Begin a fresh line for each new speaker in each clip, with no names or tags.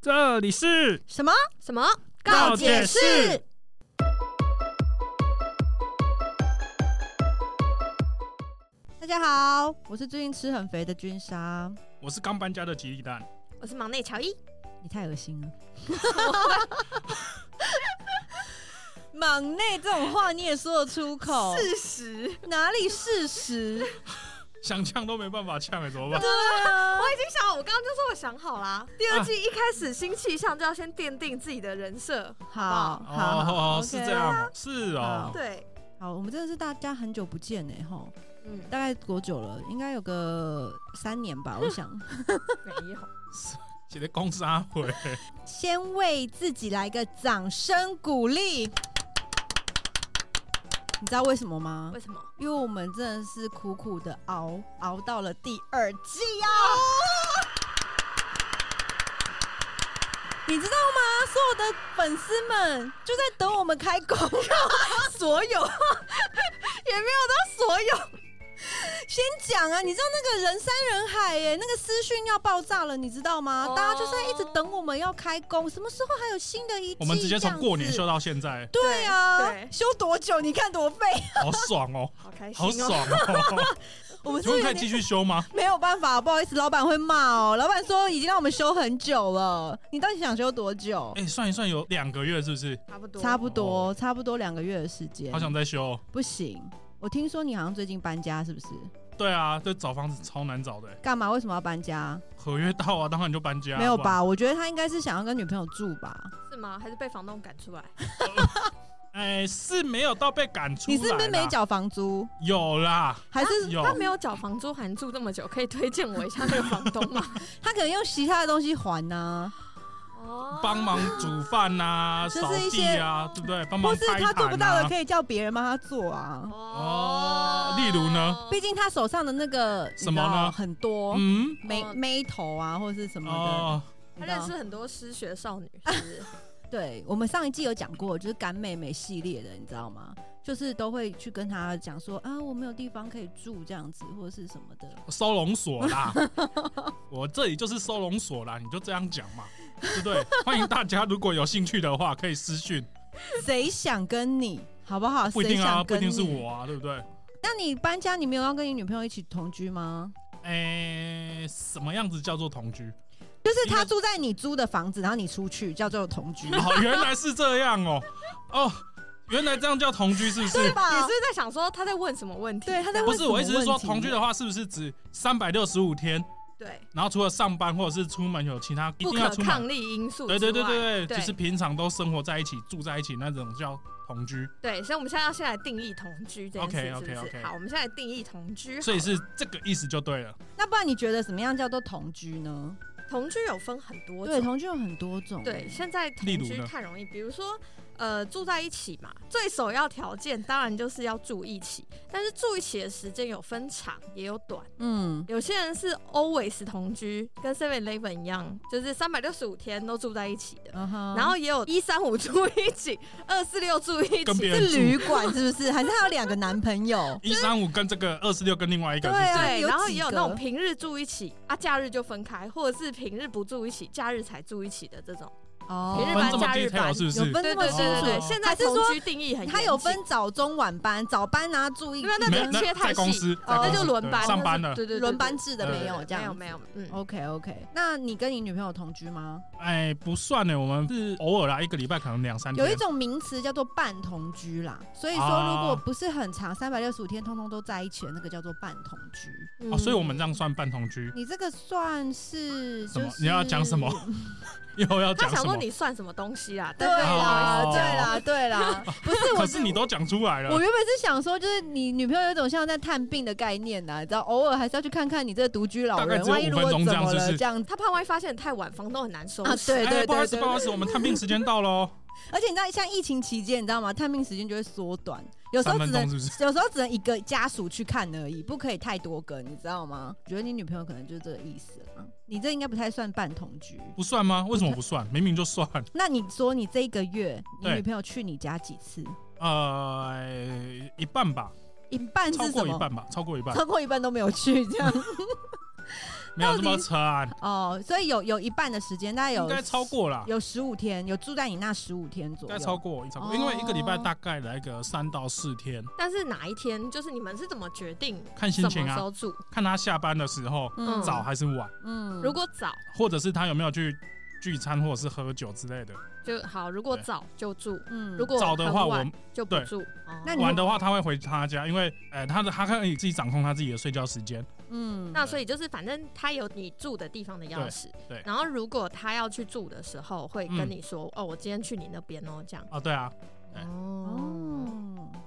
这里是
什么？
什么
告解室
大家好，我是最近吃很肥的君莎。
我是刚搬家的吉利蛋，
我是忙内乔伊，
你太恶心了。忙内这种话你也说得出口？
事实，
哪里事实？
想呛都没办法呛哎，怎么办？
对啊，
我已经想好，我刚刚就说我想好啦。第二季一开始新气象就要先奠定自己的人设，
好
哦
好
哦，
好
是
OK
这样哦，是哦
好，
对，
好，我们真的是大家很久不见哎吼，
嗯，
大概多久了？应该有个三年吧，我想。
没有，
写的公司阿回，
先为自己来个掌声鼓励。你知道为什么吗
为？什么？
因为我们真的是苦苦的熬，熬到了第二季啊！你知道吗？所有的粉丝们就在等我们开工，所有 也没有到所有。先讲啊，你知道那个人山人海耶，那个私讯要爆炸了，你知道吗？
哦
大家就在一直等我们要开工，什么时候还有新的一季？
我们直接从过年
这
休
样子。
到现在，
对啊，
对对
休多久？你看多费，
好爽 哦，
好开
好
心
爽
哦！
哦，
我们
请
是不是
问
有
可以
点
继续休 吗？
没有办法，不好意思，老板会骂哦。老板说已经让我们休很久了，你到底想休多久？
哎，算一算有两个月是不是？
差不多，
差不多，差不多两个月的时间。
好想再休哦。
不行，我听说你好像最近搬家，是不是？
对啊，这找房子超难找的，欸
干嘛？为什么要搬家？
合约到啊，当然就搬家。
没有
好不好？
吧？我觉得他应该是想要跟女朋友住吧？
是吗？还是被房东赶出来？
哎，是没有到被赶出来
你
啦，嗯
是不是没缴房租？
有啦，
还是
有
他没有缴房租，还住这么久，可以推荐我一下那个房东吗？
他可能用其他的东西还呢、
哦
帮忙煮饭呐、
就是
扫
一
地
些
啊，对不对？帮忙
或是
拍
他做不
坛
到
啊
的，可以叫别人帮他做啊。
哦例如呢
毕竟他手上的那个你知
什么呢
道很多
嗯，
眉
哦
眉头啊，或者是什么的，
哦，
你
他
知道
认识很多失学少女，是不是
对我们上一季有讲过，就是干妹妹系列的，你知道吗？就是都会去跟她讲说啊，我没有地方可以住这样子，或者是什么的。
收容所啦，我这里就是收容所啦，你就这样讲嘛，对不对？欢迎大家如果有兴趣的话，可以私讯，
谁想跟你，好不好？
不一定
谁
啊，
想
不一
跟
定
你
是。我啊，对不对？
那你搬家，你没有要跟你女朋友一起同居吗？
哎，什么样子叫做同居？
就是她住在你租的房子，然后你出去叫做 同居，
哦，原来是这样哦，哦，原来这样叫同居是不
对
是？
你是
吧
不？是在想说啊他在问什么问题？
对，她在
不
问
是，我意思是说，同居
的
的话是不是指三百六十五天？
对
然后除了上班或者是出门有其他一
不
定要
可
出门
抗，力因素之
对对
外，
对对
对
对，就是平常都生活在一起、住在一起那种叫同居，
对，所以我们现在要先来定义同居这件事
OK，OK，
是不是
OK
好，我们现在来定义同居好了。
所以是这个意思就对了。
那不然你觉得什么样叫做同居呢？
同居有分很多
对，
种，
同居有很多种。欸
对，现在同
例如
居
呢
太容易，比如说呃住在一起嘛，最首要条件当然就是要住一起，但是住一起的时间有分长也有短，
嗯，
有些人是 always 同居，跟 Seven Eleven 一样，就是三百六十五天都住在一起的。
嗯哼
然后也有一三五住一起，二四六住一
跟别
起，
人
是
住
旅馆是不是？还是她有两个男朋友？
一三五跟这个二四六跟另外一个，
对
是不
啊
是
对，
有
然后
几
也有
个
那种平日住一起啊，假日就分开，或者是平日不住一起，假日才住一起的这种。
哦
别人
分这么
假日班
detail 是不
有
是？
分
对
这
对
么
对
清
对
楚
对，
哦
现在
还是
同
说
居定义很严谨，
他有分早中晚班，早班啊拿住一
因为那
没
个切太
在公
细，
司，在
哦
那
公
就
司
轮班
哦对上班了。
对对对对
轮班制的
对对
没有这样
没有
子哦
没有，嗯，
OK OK，那你跟你女朋友同居吗？
哎，不算呢，我们是偶尔啦，一个礼拜可能两三
有一
天。
种名词叫做半同居啦，所以说
哦
如果不是很长，三百六十五天通通都在一起的那个叫做半同居。
哦，所以我们这样算半同居。
你这个算是
什
就
么
是
你要讲什么？又要
嗯他
讲
想
什
说
么？
你算什么东西啊？
对
但是
啦，
哦
对啦，对 啦，不是我
可是你都讲出来了，
我原本是想说，就是你女朋友有一种像在探病的概念呐、你知道，偶尔还是要去看看你这个独居老
大概
人，
只有
万一如果
5分钟
怎
这样
么
是不
了
是
这样子
他怕万一发现太晚，房东很难收拾
啊，对对
哎，不好意
对
思，
对
不好意思，我们探病时间到喽，
而且你知道，像疫情期间，你知道吗？探病时间就会缩短，有时候
三
只
分
能
钟是不是？
有时候只能一个家属去看而已，不可以太多个，你知道吗？觉得你女朋友可能就是这个意思了。你这应该不太算半同居。
不算吗？为什么不算？明明就算。
那你说你这一个月，你
对
女朋友去你家几次？
呃，一半吧，
一半
超
是
过
什
一
么？
半吧，超过一半。
超过一半都没有去，这样。
没有这么惨，
哦，所以有有一半的时间，大概
应
有
该超过啦，
有十五天，有住在你那十五天
应
左
该
右，
超过，超
哦
过，因为一个礼拜大概来个三到四天，
但是哪一天，就是你们是怎么决定
看
什
心
么
情
时
啊，
候住？
看他下班的时候
嗯
早还是晚，
嗯
如果早
或者是他有没有去聚餐或者是喝酒之类的。
就好，如果
对
早就住，
嗯
如果
早的话，
很
我
晚就不
对
住。哦
那你
晚的话他会回他家，因为呃他的他可以自己掌控他自己的睡觉时间。
嗯
那所以就是，反正他有你住的地方的钥匙
对对
然后如果他要去住的时候，会跟
嗯
你说、哦，我今天去你那边哦，这样。
哦，对啊，对
哦，
哦，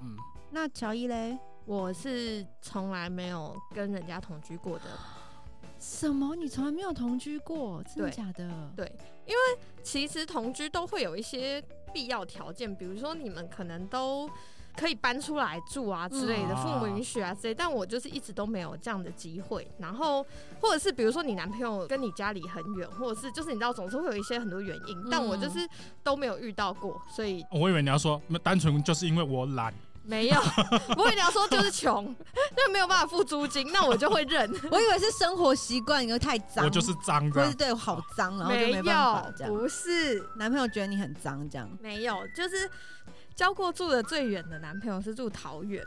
嗯，
那乔伊嘞？
我是从来没有跟人家同居过的。
什么？你从来没有同居过？真的
对
假的？
对，因为其实同居都会有一些必要条件，比如说你们可能都可以搬出来住啊之类的，
嗯
父母允许啊之类。但我就是一直都没有这样的机会。然后，或者是比如说你男朋友跟你家里很远，或者是就是你知道，总是会有一些很多原因，但我
嗯
就是都没有遇到过，所以
我以为你要说单纯就是因为我懒，
没有。不过你要说就是穷， 那没有办法付租金，那我就会认。
我以为是生活习惯，因为太脏，
我就是脏
或
的
是。对我好脏，然后就
没
没办法这
有，
样。
不是。
男朋友觉得你很脏，这样。
没有，就是交过住的最远的男朋友是住桃园，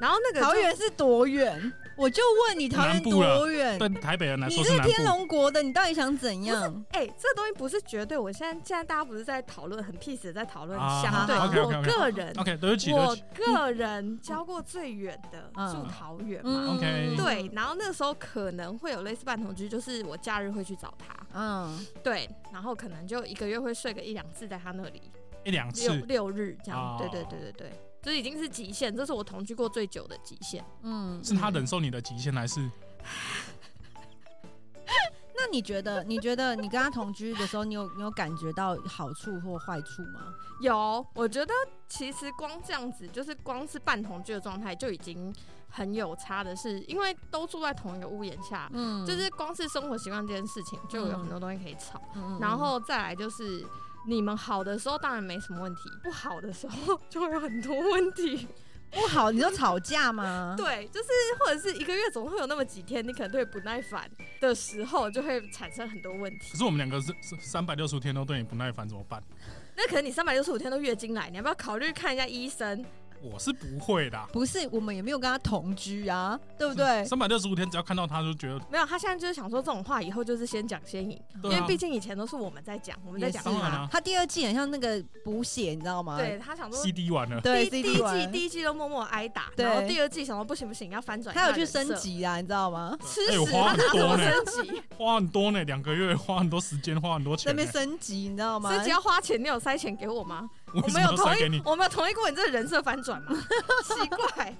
然后那个就
桃园是多远？我就问你，桃园
南部了
多远？
对台北人来
你
说是
是
南
天
部，
龙国的，你到底想怎样？
哎、这东西不是绝对。我现在现在大家不是在讨论很 peace 的在讨论
啊
相对，
OK，OK，OK
我个人
OK，对不起，对不
我
起，
个人交过最远的
嗯
住桃园嘛，
嗯
OK
对，，然后那时候可能会有类似半同居，就是我假日会去找他，
嗯，
对，然后可能就一个月会睡个一两次在他那里，
一两
六
次
六日这样，
哦
对对对对对，这已经是极限，这是我同居过最久的极限。
嗯
是他忍受你的极限，还是
那你觉得？你觉得你跟他同居的时候，你有你有感觉到好处或坏处吗？
有，我觉得其实光这样子，就是光是半同居的状态就已经很有差的是，因为都住在同一个屋檐下，
嗯
就是光是生活习惯这件事情就有很多东西可以吵，
嗯嗯
然后再来就是。你们好的时候当然没什么问题，嗯不好的时候就会有很多问题。
不好，你就吵架吗？
对，就是或者是一个月总会有那么几天，你可能对不耐烦的时候，就会产生很多问
可
题。
是我们两个是三百六十天都对你不耐烦怎么办？
那可能你三百六十五天都月经来，你要不要考虑看一下医生？
我是不会的啊，
不是，我们也没有跟他同居啊，对不对？
三百六十五天只要看到他就觉得
没有，他现在就是想说这种话以后就是先讲先赢，因
对
为
啊
毕，竟以前都是我们在讲，我们在
也是
讲
当然
他。
啊
他第二季很像那个补血，你知道吗？
对他想说
CD 完了，
对，
第第一
CD 完
季第一季都默默挨打，
对
然后第二季想说不行不行，要反转一
他
下
有
人设。
去升级啊，你知道吗？
吃
哎
屎，
我花
他
很
拿什
多
么
呢
升级？
花很多呢，两个月花很多时间，花很多
在
钱
那
呢
边。升级，你知道吗？
升级要花钱，你有塞钱给我吗？我
为什
没
么
有
要
同
塞给
意
你，？
我没有同意过你这个人设反转吗？ 奇怪，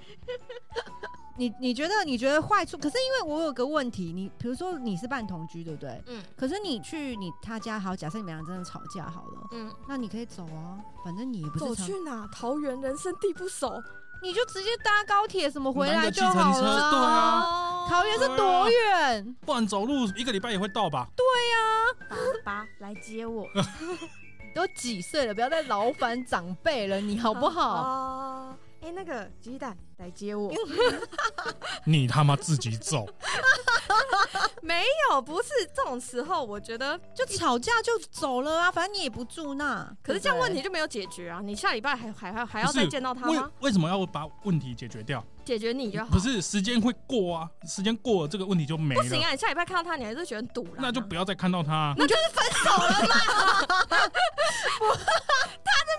你你觉得你觉得坏处？可是因为我有个问题，你比如说你是半同居，对不对？
嗯
可是你去你他家好，假设你们俩真的吵架好了，
嗯，
那你可以走啊，反正你也不
走
是常，
去哪？桃园人生地不熟，
你就直接搭高铁什么回
你拿
来
个
就好
计
了
程车对
啊。
哦
桃园是多远？
不然走路一个礼拜也会到吧？
爸爸来接我，
都几岁了，不要再劳烦长辈了，你 好不好？
哦，哎，那个鸡蛋来接我。
你他妈自己走，
没有，不是这种时候，我觉得，
就吵架就走了啊，反正你也不住那。
可是这样问题
就
就没有解决啊！你下礼拜还还 还还要
不是
再见到他
为
吗？
为什么要把问题解决掉？
解决你就好。
不是时间会过啊，时间过了这个问题就没
不行
了，
啊！你下礼拜看到他，你还是觉得很堵啊了，
那就不要再看到他啊。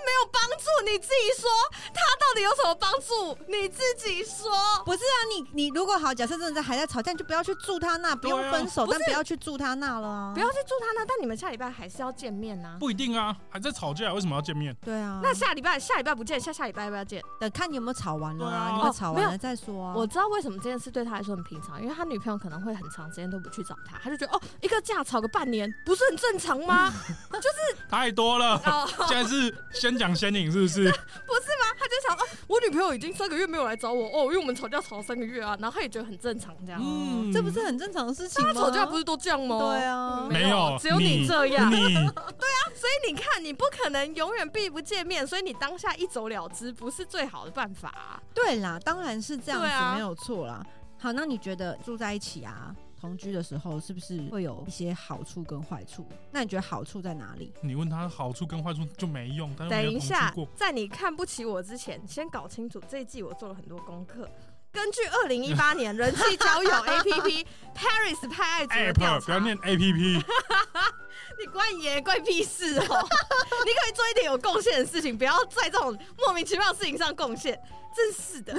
没有帮助。你自己说，他到底有什么帮助？你自己说。
不是啊，你你如果好，假设真的在还在吵架，你就不要去住他那，不
对啊
用分手，
不是
但不要去住他那了啊。
不要去住他那，但你们下礼拜还是要见面呐、
不一定啊，还在吵架，为什么要见面？
对啊，
那下礼拜下礼拜不见，下下礼拜要不要见？
等看你有没有吵完了啊，
对啊
你们吵完
哦没
了再说啊。
我知道为什么这件事对他来说很平常，因为他女朋友可能会很长时间都不去找他，他就觉得哦，一个架吵个半年不是很正常吗？
太多 了，
哦，
现在是先讲先赢是不是？
不是吗？他就想哦，我女朋友已经三个月没有来找我哦，因为我们吵架吵了三个月啊，然后他也觉得很正常 这样。
嗯，
这不是很正常的事情
大
吗？
家吵架不是都这样吗？
对啊
嗯
没有，
只有你这样。
你
所以你看，你不可能永远避不见面，所以你当下一走了之不是最好的办法啊、
对啦，当然是这样子，
对啊
没有错啦。好，那你觉得住在一起啊，同居的时候，是不是会有一些好处跟坏处？那你觉得好处在哪里？
你问他好处跟坏处就没用，但是没有
等一
同居
下
过，
在你看不起我之前，先搞清楚这一季我做了很多功课。根据二零一八年人气交友 APP Paris 派爱组的调
app 不
查
要，念 app，
你关爷关屁事哦！你 可以做一点有贡献的事情，不要在这种莫名其妙的事情上贡献，真 是的。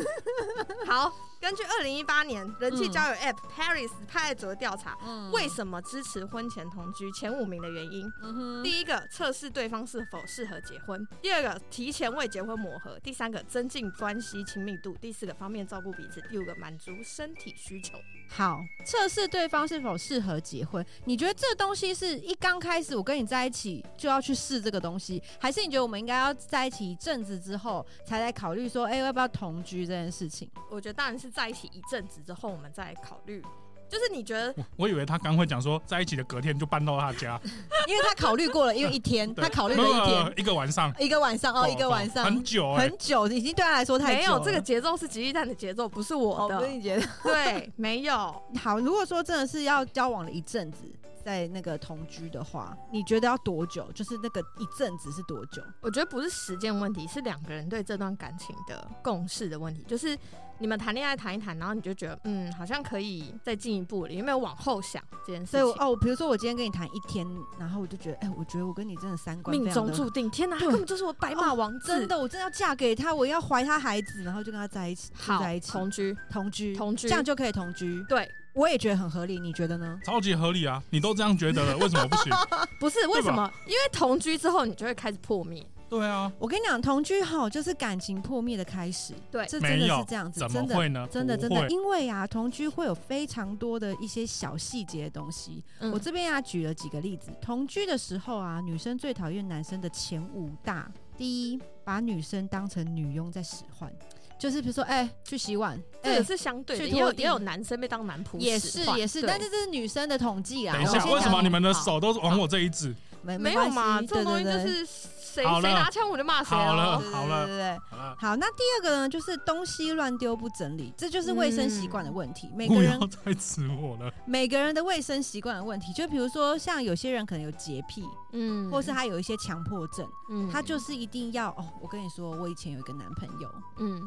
好，根据二零一八年人气交友 App Paris 派爱组的调查，
嗯
为什么支持婚前同居前五名的原因，
嗯
第一个测试对方是否适合结婚，第二个提前为结婚磨合，第三个增进关系亲密度，第四个方面照顾彼此，第五个满足身体需求。
好，测试对方是否适合结婚。你觉得这东西是一刚开始我跟你在一起就要去试这个东西，还是你觉得我们应该要在一起一阵子之后才来考虑说，哎、要不要同居这件事情？
我觉得当然是在一起一阵子之后，我们再来考虑。就是你觉得
我 我以为他刚会讲说在一起的隔天就搬到他家，
因为他考虑过了，因为一天，
对
他考虑
没
了
有
一
没有
天，
一个晚上
一个晚上哦，一个晚上，
很久哎，
很久，已经对他来说太
没
久了。
有这个节奏是吉利蛋的节奏，不是我
哦，
的。
不是你觉得？
对，没有。
好，如果说真的是要交往了一阵子，在那个同居的话，你觉得要多久？就是那个一阵子是多久？
我觉得不是时间问题，是两个人对这段感情的共识的问题。就是你们谈恋爱谈一谈，然后你就觉得嗯，好像可以再进一步了，有没有往后想这件事
所
情？
以我哦，比如说我今天跟你谈一天，然后我就觉得，哎、我觉得我跟你真的三观
命
非常
中
的
注定，天哪，他
对
根本就是我白马王子，
真的，我真的要嫁给他，我要怀他孩子，然后就跟他在一起，住
好
在一起，
同居，
同居，
同居
这样就可以同居。
对，
我也觉得很合理，你觉得呢？
超级合理啊！你都这样觉得了，为什么 不行？
不是为什么？因为同居之后你就会开始破灭，
对啊，
我跟你讲，同居好就是感情破灭的开始，
对
这真
没
的
有
是这样子，
怎么
真的。
会呢？
真的
不
真
会
的，因为啊，同居会有非常多的一些小细节的东西。
嗯
我这边啊举了几个例子，同居的时候啊，女生最讨厌男生的前五大：第一，把女生当成女佣在使唤，就是比如说，哎、去洗碗，
这
哎、
也是相对的，
去
也有
拖地
也有男生被当男仆
也
使
是
唤
也是，
对
但是这是女生的统计啊。
等一
我
下，
先
为什么
讲
你们的手都是往我这一指？
没
没有
关
嘛？
系
这种东西就
对对对
是谁
好
谁
了
拿枪我就骂谁
好了
啊。
哦
对对
好了
对对对。
好了，
好，那第二个呢，就是东西乱丢不整理，这就是卫生习惯的问
嗯
题。每个
不
人
要再指我了。
每个人的卫生习惯的问题，就比如说像有些人可能有洁癖，
嗯
或是他有一些强迫症，
嗯
他就是一定要哦。我跟你说，我以前有一个男朋友，
嗯，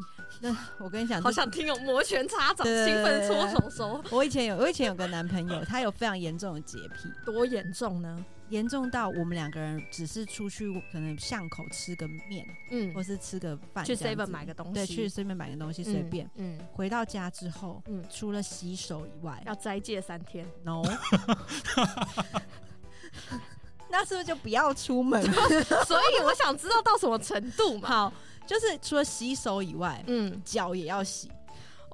我跟你讲，
好想听哦，摩拳擦掌，
对对对
兴奋搓
对
手手，
我以前有我以前有个男朋友， 他有非常严重的洁癖，
多严重呢？
严重到我们两个人只是出去可能巷口吃个面，
嗯
或，是吃个饭这
去
样子，
seven 买个东西，
对，去随便买个东西随便。
嗯，嗯，
回到家之后，
嗯
除了洗手以外
要斋戒三天。
，no，那是不是就不要出 门？
所以我想知道到什么程度嘛？
好，就是除了洗手以外，
嗯，
脚也要洗，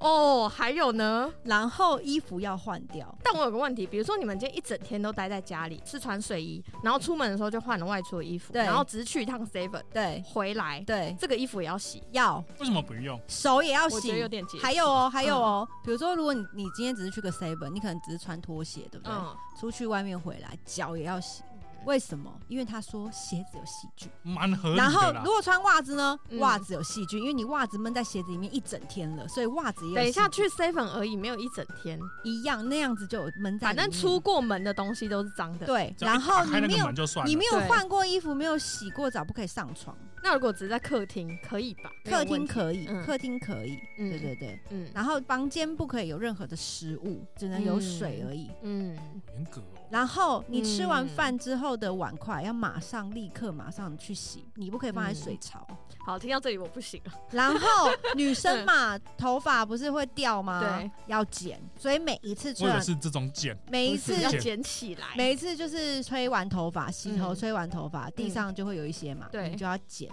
哦，还有呢？
然后衣服要换掉。
但我有个问题，比如说你们今天一整天都待在家里，是穿睡衣，然后出门的时候就换了外出的衣服，
对
然后只是去一趟 seven
对
回来，
对，
这个衣服也要洗，
要
为什么不用？
手也要
我觉得有
洗。
点解。嗯
还有哦，还有哦，比如说，如果你你今天只是去个 seven，你可能只是穿拖鞋，对不对？
嗯，
出去外面回来，脚也要洗。为什么？因为他说鞋子有细菌。
蛮合理
然后
的啦
如。果穿袜子呢？
嗯
袜子有细菌，因为你袜子闷在鞋子里面一整天了，所以袜子也有
等一下
细菌
去 seven 而已，没有一整天，
一样，那样子就有闷在里面。
反正出过门的东西都是脏的。
对，
只要一
然后
打
你
开那
没
个
有
门就算了
你没有
对
换过衣服，没有洗过澡，不可以上床。
那如果只是在客厅，可以吧？没有
客厅
问题，
可以，
嗯
客厅可以，
嗯
对对对。
嗯
然后房间不可以有任何的食物，只能有水而已。
嗯，
严格哦。
然后你吃完饭之后的碗筷要马上立刻马上去洗，你不可以放在水槽。
好，听到这里我不行了。
然后女 生嘛，头发不是会掉吗？
对，
要剪，所以每一次
我
吹
以为
完，
是这种剪，
每一次
不是要
剪
捡起来，
每一次就是吹完头发、洗头、
嗯
吹完头发，地上就会有一些嘛，
对
你就要剪，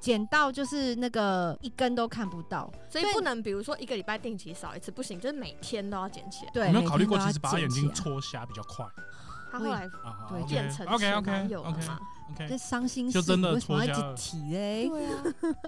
剪到就是那个一根都看不到。
所以
所以
不能比如说一个礼拜定期扫一次，不行，就是每天都要捡起来。
对，
有没有考虑过
每
其
天
实
都
把
要
眼
剪
睛
起来啊
戳瞎比较快
他后来
啊
对
变成
OK
前
OK
男友了
OK，
嘛？
OK，
这伤心事
就真的
为什么
戳瞎
要
了
一起提嘞？
对 啊。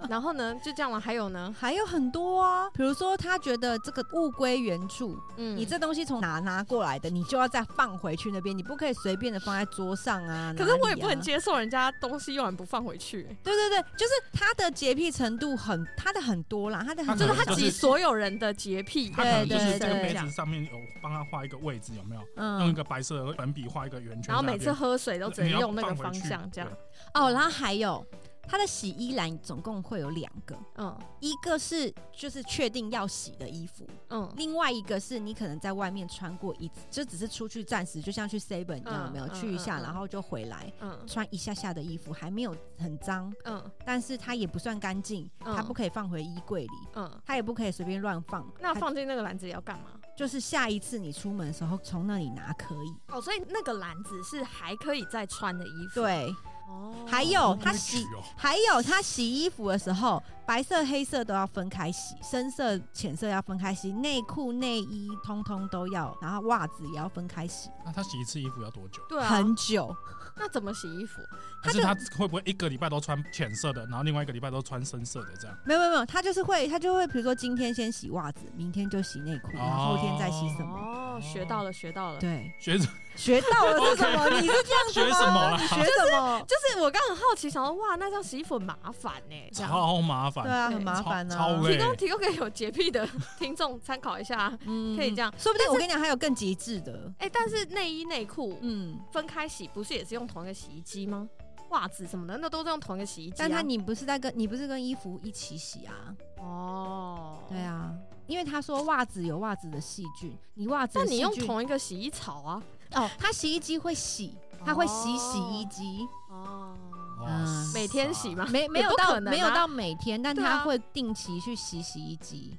然后呢，就这样了。还有呢，
还有很多啊，比如说他觉得这个物归原处，
嗯
你这东西从哪拿过来的，你就要再放回去那边，你不可以随便的放在桌上啊。
可是我也不
很
能接受人家东西用完不放回去、
嗯
欸
对对对，就是他的洁癖程度很，他的很多啦，他的很
他
就
可
是
能
他
就是
集所有人的洁癖，
他可能就是
对对
这个
对
杯子上面有帮他画一个位置，有没有？用一
嗯
个白色的粉笔画一个圆圈在
然后
那边，
每次喝水都只能
你要
用那个
放回
方
去
向，这样，
哦，然后还有他的洗衣篮总共会有两个，
嗯
一个是就是确定要洗的衣服，
嗯，
另外一个是你可能在外面穿过一次，就只是出去暂时，就像去 seven 一样，有没有
嗯
去一下，
嗯嗯
然后就回来。
嗯
穿一下下的衣服还没有很脏，
嗯
但是它也不算干净，
嗯
它不可以放回衣柜里，
嗯，
它也不可以随便乱放。
那
它
放进那个篮子里要干嘛？
就是下一次你出门的时候从那里拿可以。
哦，所以那个篮子是还可以再穿的衣服。，
对，
哦
还
哦
有
那
他
么
洗
举，哦
还有他洗衣服的时候，白色、黑色都要分开洗，深色、浅色要分开洗，内裤、内衣通通都要，然后袜子也要分开洗，
那他洗一次衣服要多久？
对啊，
很久。
那怎么洗衣服？
可是他会不会一个礼拜都穿浅色的，然后另外一个礼拜都穿深色的这样？
没有没有没有，他就是会，他就会，比如说今天先洗袜子，明天就洗内裤，然后后天再洗什么。
哦，学到了，学到了。
对，
学着
学到了是什 么？你是这样子
学
吗？
什么啦？
学什么？
就是我刚很好奇，想说哇，那这样洗衣服很麻烦呢、这 样。
超麻
对
烦，
啊，
对
很麻烦
超
啊
超。
提
累。
供提供给有洁癖的 听众参考一下，
嗯
可以这。样。
说不定我跟你讲，还有更极致的。
哎、但是内衣内裤
嗯，
分开洗，不是也是用同一个洗衣机吗？袜子什么的，那都是用同一个洗衣机、啊。
但他你不是在跟你不是跟衣服一起洗啊？
哦，
对。啊，因为他说袜子有袜子的细菌，你袜子
那
的
你
细
用
菌
同一个洗衣槽啊？
哦，他洗衣机会洗，他会洗洗衣机，
哦，
哇塞
每天洗？吗？
没没有
也不
到
可能啊
没有到每天，但
对
他
啊
会定期去洗洗衣机。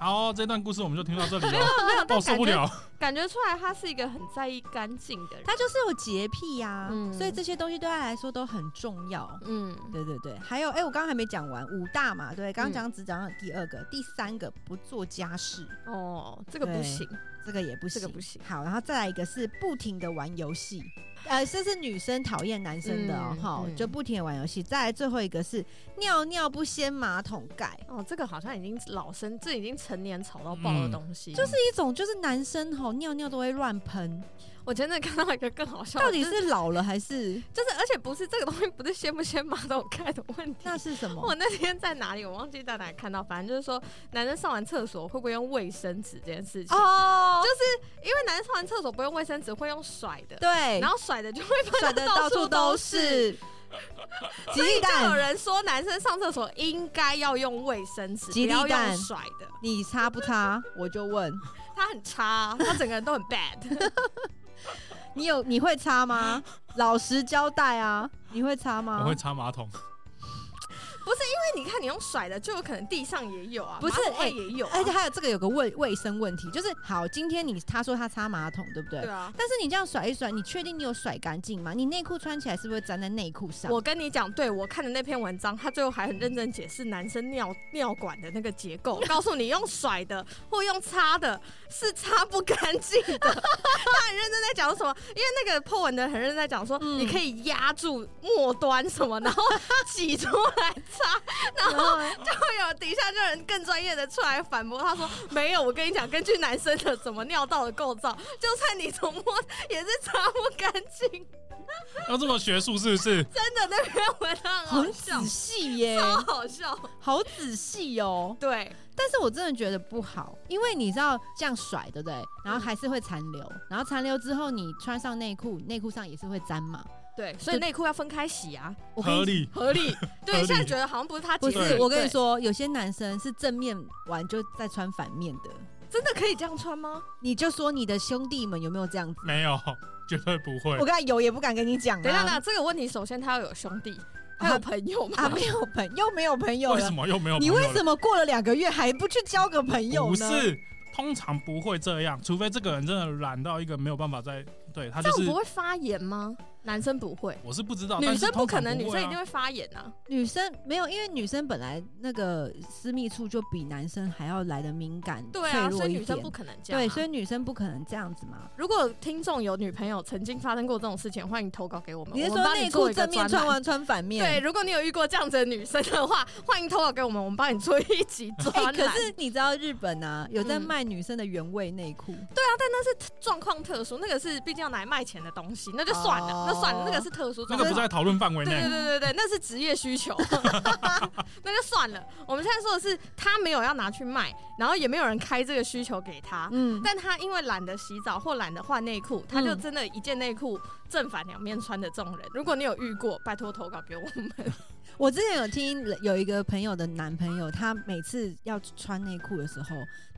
好，这段故事我们就听到这里了，
没有，
我
但
受
感
不
觉
了。
感觉出来他是一个很在意干净的人。
他就是有洁癖呀、
嗯
所以这些东西对他来说都很重要。
嗯，
对对对，还有哎、我刚刚还没讲完五大嘛，对，刚刚讲只讲了第二个，第三个不做家事，
哦，这个不
对
行。
这个也不
这
行，
个不行
好，然后再来一个是不停的玩游戏，呃，这是女生讨厌男生的哦
嗯
哈、
嗯
就不停的玩游戏。再来最后一个是尿尿不掀马桶盖，
哦，这个好像已经老生，这已经成年吵到爆的
嗯
东西。
就是
这一种就是男生吼尿尿都会乱喷，
我前阵看到一个更好笑的，
到底
就是
是老了还是
就是，而且不是这个东西，不是掀不掀马桶盖的问题。
那是什么
我？那天在哪里，我忘记在哪里看到，反正就是说，男生上完厕所会不会用卫生纸这件事情。
哦，
因为男生上完厕所不用卫生纸，会用甩的，
对，
然后甩的就会
甩的到处都 是，吉利
就有
蛋，
人说男生上厕所应该要用卫生纸，不
吉利
要用
蛋
甩的。
你擦不擦？我就问
他很差啊，他整个人都很 bad。
你有你会擦吗？老实交代啊，你会擦吗？
我会擦马桶，
那你看，你用甩的，就有可能地上也有啊，
不是
马桶外
哎
也有、啊
而且还有这个有个卫卫生问题，就是好，今天你他说他擦马桶，对不对？
对啊。
但是你这样甩一甩，你确定你有甩干净吗？你内裤穿起来是不是会粘在内裤上？
我跟你讲，对我看的那篇文章，他最后还很认真解释男生尿尿管的那个结构， 告诉你用甩的或用擦的是擦不干净 的。他很认真在讲什么，因为那个 po 文的很认真在讲说，
嗯
你可以压住末端什么，然后挤出来擦，然后
嗯
就会有底下就有人更专业的出来反驳，他说没有，我跟你讲，根据男生的怎么尿道的构造，就算你从摸也是擦不干净。
要这么学术是不是？
真的那篇文章很好
很
笑
仔。细哦耶，
超好笑。
好仔细哦。
对，
但是我真的觉得不好，因为你知道这样甩，对不对？然后还是会残留，然后残留之后你穿上内裤，内裤上也是会沾嘛。
对，所以内裤要分开洗啊，
我跟
合
你
理。
合理。对，
合理
现在觉得好像不是他
不
解释
是
对，
我跟你，说，有些男生是正面玩就再穿反面的，
真的可以这样穿吗？
你就说你的兄弟们有没有这样子？
没有，绝对不会
我。刚才有也不敢跟你讲、啊。
等一下，那这个问题，首先他要有兄弟，他有朋友吗？
啊，没有朋又没有朋友
为什
了，
么又没有？
你为什
么
么过了两个月还不去交个朋友
不
呢？
是？通常不会这样，除非这个人真的懒到一个没有办法再对他
这
就
样
是
不会发炎吗？男生不会，
我是不知道，
女
但是
生不
通
可
常
能，女
不会
生一
啊
定会发炎啊。
女生没有，因为女生本来那个私密处就比男生还要来的敏感、
对
脆
啊，所
弱
以
一
女生
点
不。可能这样啊、
对，所以女生不可能这样子嘛。
如果听众有女朋友曾经发生过这种事情，欢迎投稿给我们。
你是
我
说
们帮
内
做
裤
一个
正面
专
穿
栏
完穿反面？
对，如果你有遇过这样子的女生的话，欢迎投稿给我们，我们帮你做一集 专
哎、
栏。
可是你知道日本啊，有在
嗯
卖女生的原味内裤，
状况特殊，那个是毕竟要拿来卖钱的东西，那就算了，
哦
那算了，那个是特殊
那
状
个不
况。
在讨论范围
对
内
对。对对对，那是职业需 求，那就算了。我们现在说的是他没有要拿去卖，然后也没有人开这个需求给他，
嗯，
但他因为懒得洗澡或懒得换内裤，他就真的一件内裤正反两面穿的这种人。如果你有遇过，拜托投稿给我们。
我之前有听有一个朋友的男朋友，他每次要穿内裤的时候，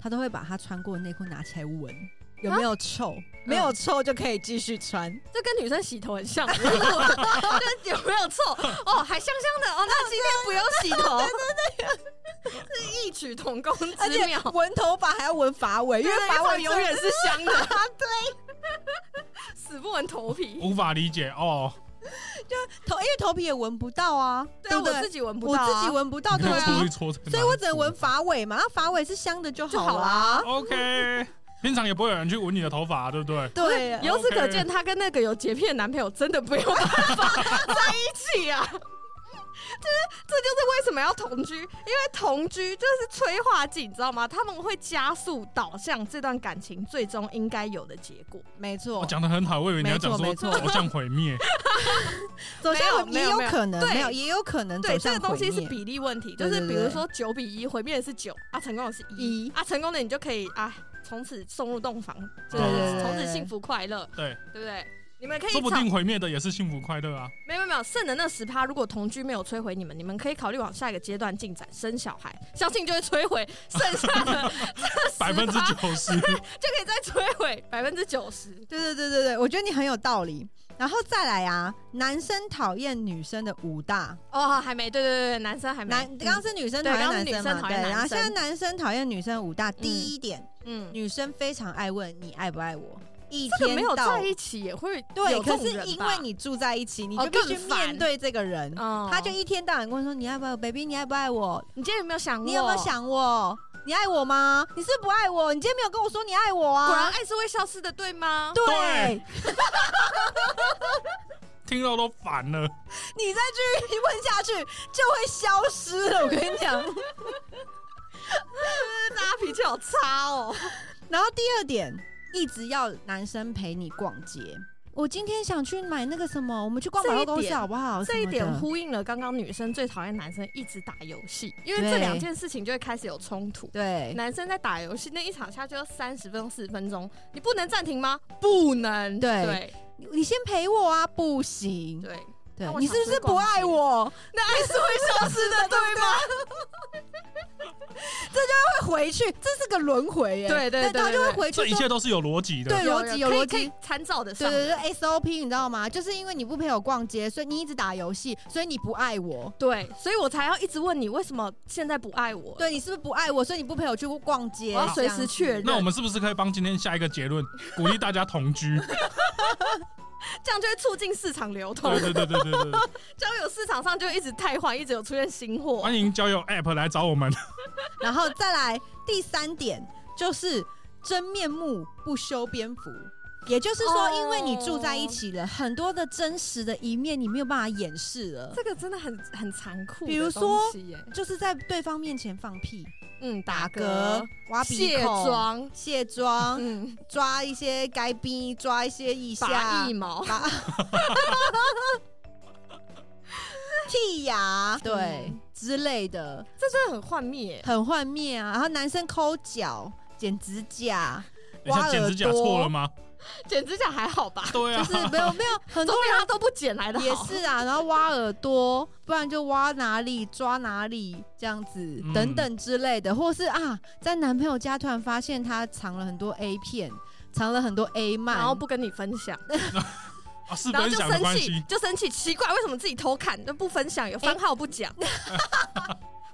他都会把他穿过的内裤拿起来闻。有没有臭？
啊
没有臭就可以继续穿。
这跟女生洗头很 像，就是我就是有没有臭哦，还香香的哦，那今天不用洗头， 对对 对，是异曲同工
而
之
且
妙。
闻头发还要闻发尾，因
啊因
为
为
发
法
尾
网
真
永
的
远是香的， 对， 死不闻头皮。
无法理解哦，
头，因为头皮也闻不到啊，
对啊，
不对？
我自己闻不
我
到啊，
自己闻不到，
你
对
看出
啊
去，搓成哪里
所以我只能闻发尾嘛，那发尾是香的就
就好
好啦。
啦。
OK，平常也不会有人去闻你的头发，对不对？
对，
由此可见，她跟那个有洁癖的男朋友真的不用办法在一起啊。 就是，这就是为什么要同居，因为同居就是催化剂，你知道吗？他们会加速导向这段感情最终应该有的结果。
没
我
错，
哦讲的很好，我以为你要讲
没
说
错没错
走向毁灭，
走向
没
也
有没有
有可能，
对
没有也有可能
对，
走
这
向
个东西是
毁灭
比例问题，就
对
是
对
比如
对
说九比一，毁灭的是九啊，成功的是一
一
啊，成功的你就可以啊，从此送入洞房，就
对
是
对对
从此
对
幸福快乐，
对，
对不对？你们可以
说不
找
定毁灭的也是幸福快乐啊。
没有没有没有，剩的那十趴，如果同居没有摧毁你们，你们可以考虑往下一个阶段进展，生小孩，相信就会摧毁剩下 的
百
这
分
十
之
趴，
九十，
就可以再摧毁百分之九十。
对对对对对，我觉得你很有道理。然后再来啊，男生讨厌女生的五大，
哦，还没，对对对对，男生还没，嗯
男刚刚是女生讨厌男生
对刚刚是女生
嘛，
讨
对，
厌男生
然后现在男生讨厌女生五大，第一点，
嗯，嗯
女生非常爱问你爱不爱我，一
这个
天
没有
到
在一起也会
对，
有这
可
种
是
人
因
吧
为，你住在一起，你
哦
就必须
更烦
面对这个人，
哦
他就一天到晚跟我说你爱不爱我，baby，你爱不爱我？
你今天有没有想过？
你有没有？想我？你爱我吗？你是不爱我？你今天没有跟我说你爱我啊？
果然爱是会消失的，对吗？
对
对，听到都烦了。
你再继续问下去就会消失了。我跟你讲。
大家脾气好差哦。
然后第二点，一直要男生陪你逛街。我今天想去买那个什么，我们去逛百货公
这一
司
点
好不好？
这一点
什么的
呼应了刚刚女生最讨厌男生一直打游戏，因为
对
这两件事情就会开始有冲突。
对，
男生在打游戏那一场下就要三十分钟、四十分钟，你不能暂停吗？不能。
对
对
你你先陪我啊，不行。
对
对
那，我
你
想
是不
去
是不
逛街
爱我？
那爱是会消失的，对吗？
会回去，这是个轮回耶。
对对对
他就会
对
回
这
去
一
说。
切都是有逻辑的。
对有逻辑有
可以
逻辑
可以参照的
对
上。
对对，SOP 你知道吗？就是因为你不陪我逛街，所以你一直打游戏，所以你不爱我。
对，所以我才要一直问你为什么现在不爱我。
对你是不是不爱我？所以你不陪我去逛街。
我要随
这
时
样子
确认。
那我们是不是可以帮今天下一个结论，鼓励大家同居？
这样就会促进市场流通
对，对对对对对对，
交友市场上就一直太换，一直有出现新货。
欢迎交友 App 来找我们。
然后再来第三点就是真面目不修边幅，也就是说，
哦
因为你住在一起了，很多的真实的一面你没有办法掩饰了
这，个真的很很残酷的东西耶，
比如说就是在对方面前放屁、
嗯，
打
打
嗝
嗝、、
挖鼻
卸
孔、
妆，
卸妆、
嗯，
抓一些该逼、抓一些腋
拔
下
腋、毛，
拔剔牙，对、
嗯
之类的，
这真的很幻灭。
很幻灭啊。然后男生抠脚、剪指甲。
等一下剪指甲错了吗？
剪指甲还好吧？
对
就
啊，
是没有没有很
很
多
多人他都不剪来的好，
也是啊，然后挖耳朵，不然就挖哪里抓哪里这样子、
嗯
等等之类的，或是啊，在男朋友家突然发现他藏了很多 A 片，藏了很多 A 漫，
然后不跟你分享，
啊是
然后
分
就
享的
生
关
气，
系。
就生气，奇怪为什么自己偷看都不分享，有番号不 讲。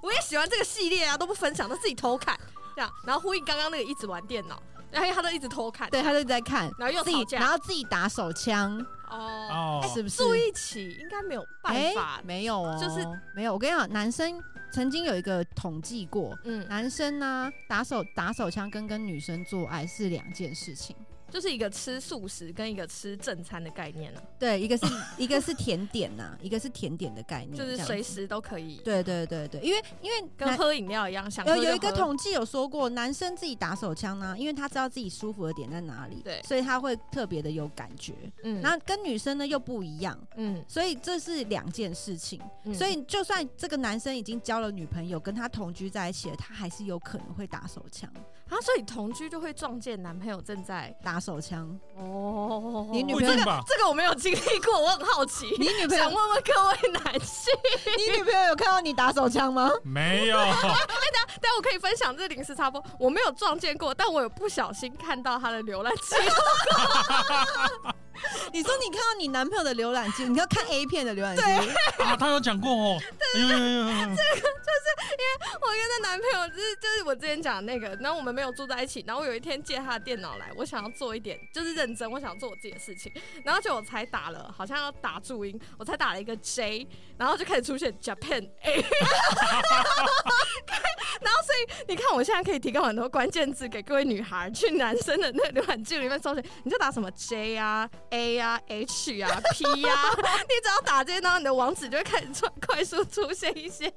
我也喜欢这个系列啊，都不分享，都自己偷看，这样，然后呼应刚刚那个一直玩电脑。然后他都一直偷看，
对，他就在看，
然后又
自
吵
己，然
架，
后自己打手枪，
哦，
哦，
是不是？
住一起应该没有办
哎
法，
没有哦，
就是
没有。我跟你讲，男生曾经有一个统计过，
嗯，
男生呢、打手打手枪跟跟女生做爱是两件事情。
就是一个吃素食跟一个吃正餐的概念啊
对，一个是一个是甜点呐、一个是甜点的概念，
就是
嗯这样
随
子。
时都可以，
对对对对，因为因为
跟
男
喝饮料一样，想喝
有
就
有一个
喝
统计有说过，男生自己打手枪呢、因为他知道自己舒服的点在哪里，
对
所以他会特别的有感觉。
嗯
那、跟女生呢又不一样，
嗯，
所以这是两件事情。
嗯
所以就算这个男生已经交了女朋友，跟他同居在一起了，他还是有可能会打手枪。
啊，所以同居就会撞见男朋友正在
打手枪，
哦，
你女
不
朋
一
友
定吧？
这个我没有经历过，我很好奇，
你女朋友
想，问问各位男性，
你女朋友有看到你打手枪吗？
没有，啊
但我可以分享这临时插播，我没有撞见过，但我有不小心看到他的浏览器，
你说你看到你男朋友的浏览记录，你要看 A 片的浏览记录，
啊，他有讲过哦，有有有有有，
我跟她男朋友就是就是我之前讲的那个，然后我们没有住在一起，然后我有一天借他的电脑来，我想要做一点就是认真，我想做我自己的事情，然后就我才打了，好像要打注音，我才打了一个 J，然后就开始出现 Japan A，然后所以你看我现在可以提供很多关键字给各位女孩去男生的那个浏览记里面搜寻，你就打什么 J 啊 A 啊 H 啊 P 啊， 你只要打这些，然后你的网址就会开始出快速出现一些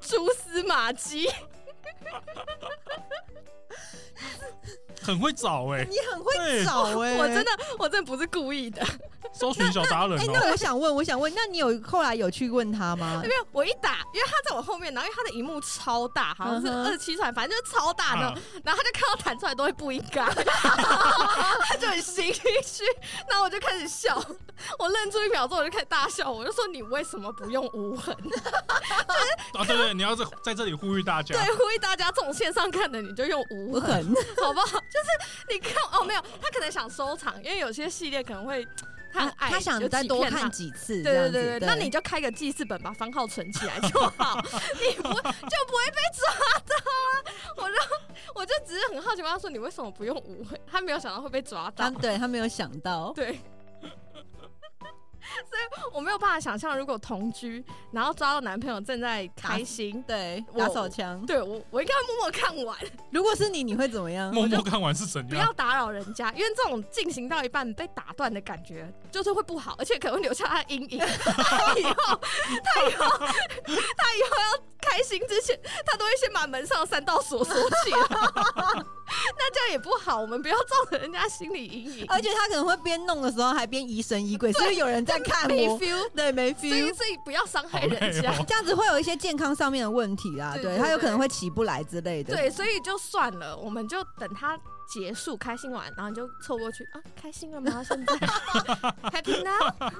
蛛丝马 迹。
很会找哎，
你很会找哎、
我真的，我真的不是故意的，
搜寻小达 人
哎、
哦，
那我想问，我想问，那你有后来有去问他吗
因？为我一打，因为他在我后面，然后因为他的荧幕超大，好像是
嗯哼
二十七寸，反正就是超大的，
啊
然后他就看到弹出来都会不应该， 他就很心虚，然后我就开始笑，我愣住一秒钟，我就开始大笑，我就说你为什么不用无痕？
啊，对对，你要在在这里呼吁大家
对，，
啊
呼吁大家这种线上看的你就用无
我
痕，
很，
好不好？就是你看哦，没有，他可能想收藏，因为有些系列可能会他 很爱
啊他想再多看
几。啊
几次，这
对对
样子
对对，那你就开个记事本，把番号存起来就 好，你不就不会被抓到啊？我就我就只是很好奇，问他说你为什么不用无痕？他没有想到会被抓
他，
到
对他没有想到，
对。 所以我没有办法想象，如果同居，然后抓到男朋友正在开心，
对
我
打手枪。
对我我应该默默看完，
如果是你，你会怎么样？
默默看完是怎
不
样
要？打扰人家，因为这种进行到一半被打断的感觉，就是会不好，而且可能会留下他的阴影。他以后，他以后，他以后要开心之前，他都会先把门上的三道锁锁起来。那这样也不好，我们不要造成人家心理阴影。
而且他可能会边弄的时候还边疑神疑鬼，所以有人在看
没
我，
feel，
对，没
所以
feel。
所以不要伤害
好累
人家。
哦
这样子会有一些健康上面的问题啦，
对
对
对
他有
对
可能会起不来之类的。
对，所以就算了，我们就等他结束开心完，然后你就凑过去啊，开心了吗？现 在 happy now，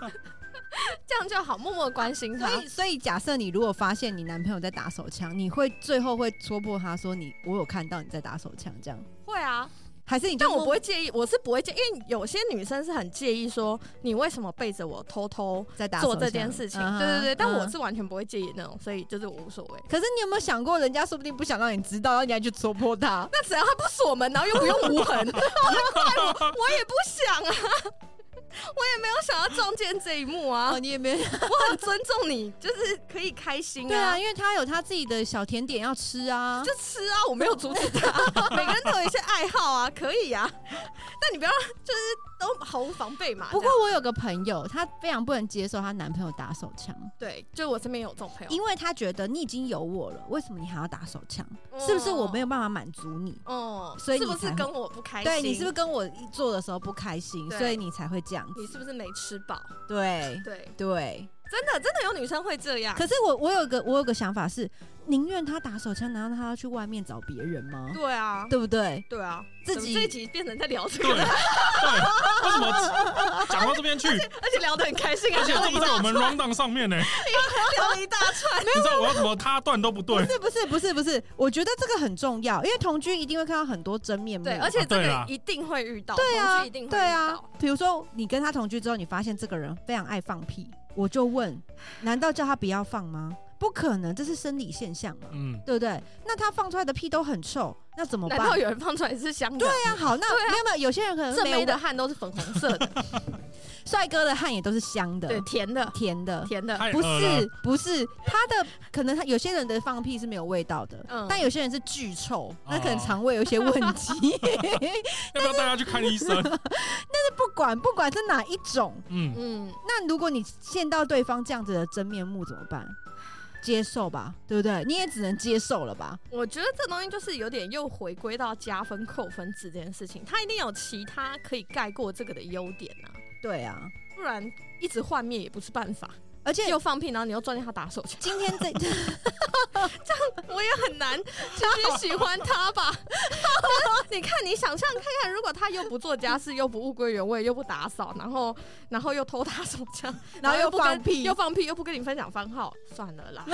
这样就好，默默关心他
所。以，所以假设你如果发现你男朋友在打手枪，你会最后会戳破他说你我有看到你在打手枪这样，
会啊，
还是你就
但我
默
不会介意，我是不会介意，因为有些女生是很介意说你为什么背着我偷偷
在打手
做
枪嗯
这件事情。对对对，但我。是完全不会介意那种，所以就是我无所谓。
可是你有没有想过，人家说不定不想让你知道，然后你还去戳破他？
那只要他不锁门，然后又不用无 痕，不能怪我，我也不想啊，我也没有想要撞见这一幕 啊
哦，。你也没
我很尊重你，就是可以开心
对啊，
啊，
因为他有他自己的小甜点要吃啊。
就吃啊，我没有阻止他， 每个人都有一些爱好啊，可以啊。 但你不要就是都毫无防备嘛。
不
这
过
样
我有个朋友，她非常不能接受她男朋友打手枪，
对，就我身边有这种朋友，
因为她觉得你已经有我了，为什么你还要打手枪？是不是我没
有？
有办法满足你？
哦，
所以
是
你
不是
才会
跟我不开心？
对你是不是跟我做的时候不开心，
对
所以你才会这样
你是
子？
不是没吃饱？
对
对，
对。
真的真的有女生会这样。
可是我我有个我有个想法是，宁愿他打手枪，难道他要去外面找别人吗？
对啊，
对不对？
对啊，
自
怎么
己
这一集变成在聊这
对对，
个，
为什么讲到这边去？
而且聊得很开心啊，
而且
聊了
这
一
不
大
在我们 round down 上面呢，你
聊了一大串。
知道我要怎么他段都不
不
对，
是不是不是不是，我觉得这个很重要，因为同居一定会看到很多真面目。
对，而
嗯
且这
啊对
个
啦
一定会遇到，
对
同
啊
居一定会
对
遇
啊
到。，
比如说你 跟他同居之后，你发现这个人非常爱放屁，我就问，难道叫他不要放吗？不可能，这是生理现象嘛，
嗯，
对不对？那他放出来的屁都很臭，那怎么
难
办？
道有人放出来是香的？对
对啊，好，那
对啊
没有没有，有些人可能
正
没
妹
有
的汗都是粉红色的，
帅哥的汗也都是香的，
对，甜的，
甜 的，
甜的，
太
不
恶了
是不是，他的可能他有些人的放屁是没有味道的，
嗯
但有些人是巨臭，那可能
哦
肠胃有一些问 题。
要不要带他去看医生？
不管不管是哪一种，
嗯，
嗯，
那如果你见到对方这样子的真面目怎么办？接受吧，对不对？你也只能接受了吧？
我觉得这东西就是有点又回归到加分扣分制这件事情，它一定有其他可以盖过这个的优点啊，
对啊，
不然一直幻灭也不是办法。
而且
又放屁，然后你又撞见他打手枪，
今天这
我也很难继续喜欢他吧。 你看，你想象看看，如果他又不做家事，又不物归原位，又不打扫，然后然后又偷打手 枪，
然后又
不跟
放屁
又放屁，又不跟你分享番号，算了啦。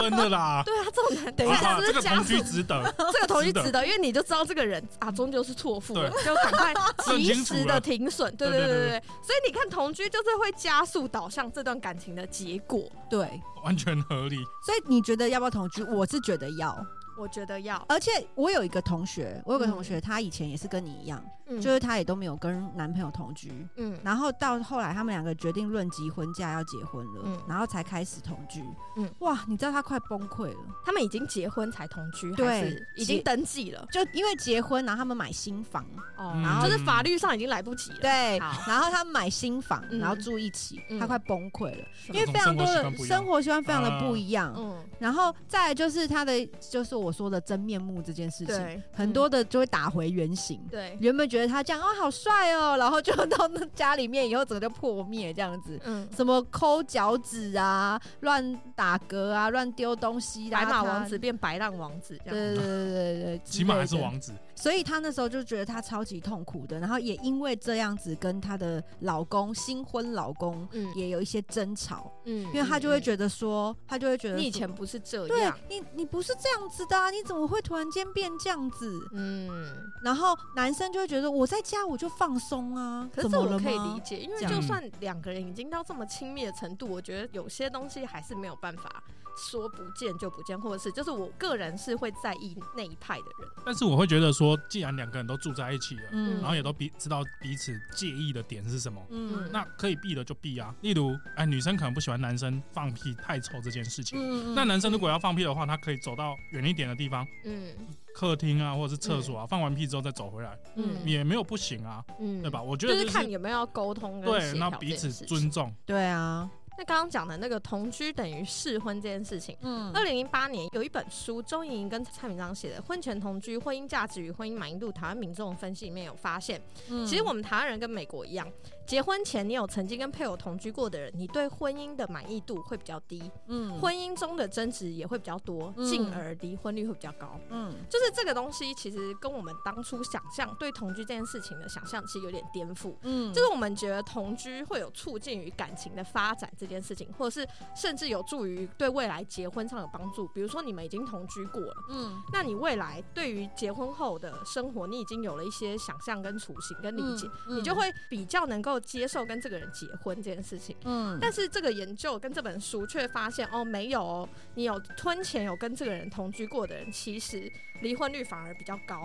真的啦。
对啊，这种人，
等
好
一下
好，
是
这
不
个
是加
同居
分？
值得，
这个同居
值得
值得，因为你就知道这个人啊，终究是错付了，就赶快
认
及
清楚
时的
了
停损。对对
对
对
对
对
对
对，所以你看同居就是会加速导向这段感情的结果。
对，
完全合理。
所以你觉得要不要同居？我是觉得要，
我觉得要，
而且我有一个同学，我有个同学，他以前也是跟你一样，
嗯
就是他也都没有跟男朋友同居，
嗯
然后到后来他们两个决定论及婚嫁要结婚了，
嗯
然后才开始同居。
嗯
哇，你知道他快崩溃了，
他们已经结婚才同居，
对
还是已经
结
登记了？
就因为结婚，然后他们买新房，
哦，
嗯
然后就是法律上已经来不及了。
对，
好
然后他们买新房，
嗯
然后住一起，
嗯
他快崩溃了，
是
因为非常多
啊生活习惯不
的
一样
生活习惯非常的不一样。
嗯，
然后再来就是他的，就是我说的真面目这件事情，
对，
很多的就会打回原形。
嗯对，
原本觉得他这样哦好帅哦，然后就到那家里面以后，整个就破灭这样子。
嗯，
什么抠脚趾啊、乱打嗝啊、乱丢东西啊，
白马
他
王子，变白浪王子这样。
对对对对对，
起码还是
之类的。
王子，
所以她那时候就觉得她超级痛苦的，然后也因为这样子跟她的老公新婚老公
嗯
也有一些争吵，
嗯
因为她就会
得
觉得说，她就会觉得
你以
说
前不是这
对
样。
你你不是这样子的、啊，你怎么会突然间变这样子？
嗯，
然后男生就会觉得我在家我就放松啊，
可是
怎
这
么了
我可以
吗
理解，因为
这样
就算两个人已经到这么亲密的程度，我觉得有些东西还是没有办法说不见就不见，或者是就是我个人是会在意那一派的人。
但是我会觉得说，既然两个人都住在一起了，
嗯
然后也都彼知道彼此介意的点是什么，
嗯
那可以避的就避啊。例如，哎，女生可能不喜欢男生放屁太臭这件事情，
嗯
那男生如果要放屁的话，他可以走到远一点的地方，
嗯
客厅啊，或者是厕所啊，放完屁之后再走回来，
嗯
也没有不行啊，
嗯
对吧？？我觉
就
得
是
就
看
是
有没有要沟通跟
对
协，
那
调
彼
这
此
件事情
尊重，
对啊，
那刚刚讲的那个同居等于试婚这件事情，
嗯
二零零八年有一本书，周莹莹跟蔡明章写的《婚前同居：婚姻价值与婚姻满意度》，台湾民众分析里面有发现，
嗯
其实我们台湾人跟美国一样，结婚前你有曾经跟配偶同居过的人，你对婚姻的满意度会比较低，
嗯
婚姻中的争执也会比较多，
嗯
进而离婚率会比较高。
嗯
就是这个东西，其实跟我们当初想象对同居这件事情的想象，其实有点颠覆。
嗯
就是我们觉得同居会有促进于感情的发展这件事情，或者是甚至有助于对未来结婚上有帮助。比如说你们已经同居过了，
嗯
那你未来对于结婚后的生活，你已经有了一些想象跟雏形跟理解，
嗯
你就会比较能够接受跟这个人结婚这件事情。
嗯
但是这个研究跟这本书却发现，哦，没有、哦，你有婚前有跟这个人同居过的人，其实离婚率反而比较高。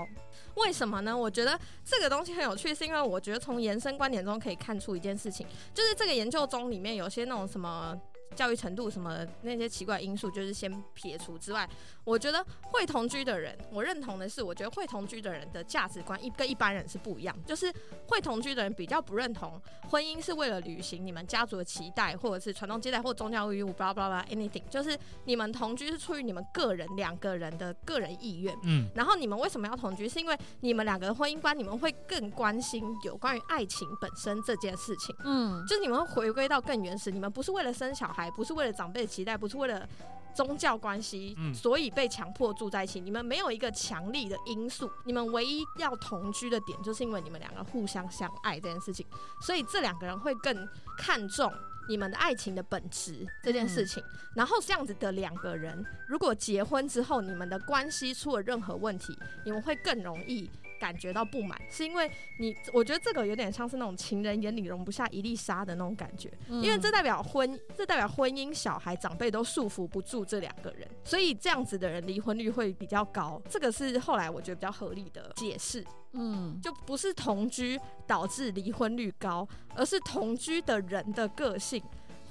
为什么呢？我觉得这个东西很有趣，是因为我觉得从延伸观点中可以看出一件事情，就是这个研究中里面有些那种什么。教育程度什么那些奇怪因素，就是先撇除之外，我觉得会同居的人，我认同的是，我觉得会同居的人的价值观一跟一般人是不一样，就是会同居的人比较不认同婚姻是为了履行你们家族的期待，或者是传宗接代或宗教义务，blah blah blah anything，就是你们同居是出于你们个人两个人的个人意愿。
嗯，
然后你们为什么要同居？是因为你们两个的婚姻观，你们会更关心有关于爱情本身这件事情，
嗯
就是你们会回归到更原始，你们不是为了生小孩，不是为了长辈的期待，不是为了宗教关系，
嗯
所以被强迫住在一起。你们没有一个强力的因素，你们唯一要同居的点，就是因为你们两个互相相爱这件事情，所以这两个人会更看重。你们的爱情的本质这件事情，然后这样子的两个人，如果结婚之后，你们的关系出了任何问题，你们会更容易感觉到不满，是因为你，我觉得这个有点像是那种情人眼里容不下一粒沙的那种感觉，
嗯
因为这代表婚，这代表婚姻、小孩、长辈都束缚不住这两个人，所以这样子的人离婚率会比较高。这个是后来我觉得比较合理的解释，
嗯
就不是同居导致离婚率高，而是同居的人的个性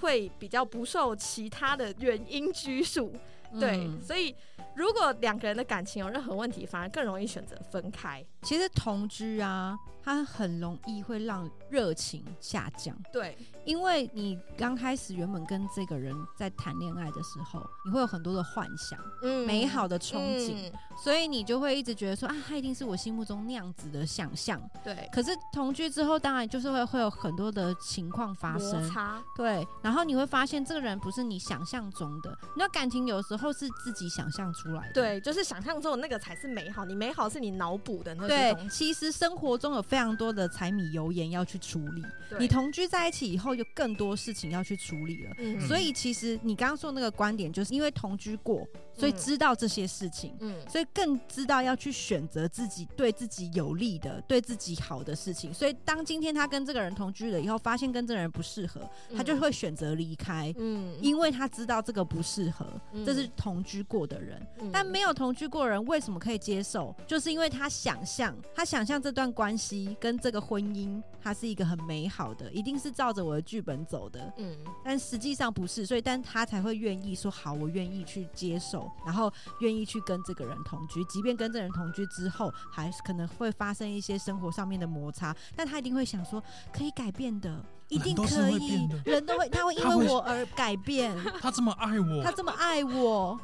会比较不受其他的原因拘束。对，
嗯
所以如果两个人的感情有任何问题，反而更容易选择分开。
其实同居啊，它很容易会让热情下降。
对，
因为你刚开始原本跟这个人在谈恋爱的时候，你会有很多的幻想、
嗯
美好的憧憬，
嗯
所以你就会一直觉得说啊，他一定是我心目中那样子的想象。
对，
可是同居之后，当然就是会会有很多的情况发
摩
生，
擦，
对。然后你会发现这个人不是你想象中的，那感情有时候是自己想象出来的。
对，就是想象中的那个才是美好，你美好是你脑补的那些
对，
东西。
其实生活中有非常多的柴米油盐要去处理，
对
你同居在一起以后，有更多事情要去处理了。
嗯
所以其实你刚刚说那个观点，就是因为同居过，所以知道这些事情，
嗯
所以更知道要去选择自己对自己有利的、对自己好的事情。所以当今天他跟这个人同居了以后，发现跟这个人不适合，他就会选择离开。
嗯
因为他知道这个不适合，
嗯
这是同居过的人，
嗯
但没有同居过的人为什么可以接受？就是因为他想象，他想象这段关系跟这个婚姻，它是一个很美好的，一定是照着我的剧本走的。
嗯
但实际上不是，所以但他才会愿意说好，我愿意去接受，然后愿意去跟这个人同居，即便跟这个人同居之后，还是可能会发生一些生活上面的摩擦，但他一定会想说可以改变的，一
人
定
都是
可
会
以
变的，
人都会，他会因
他会
为我而改变，
他这么爱
他
我，
这么爱我，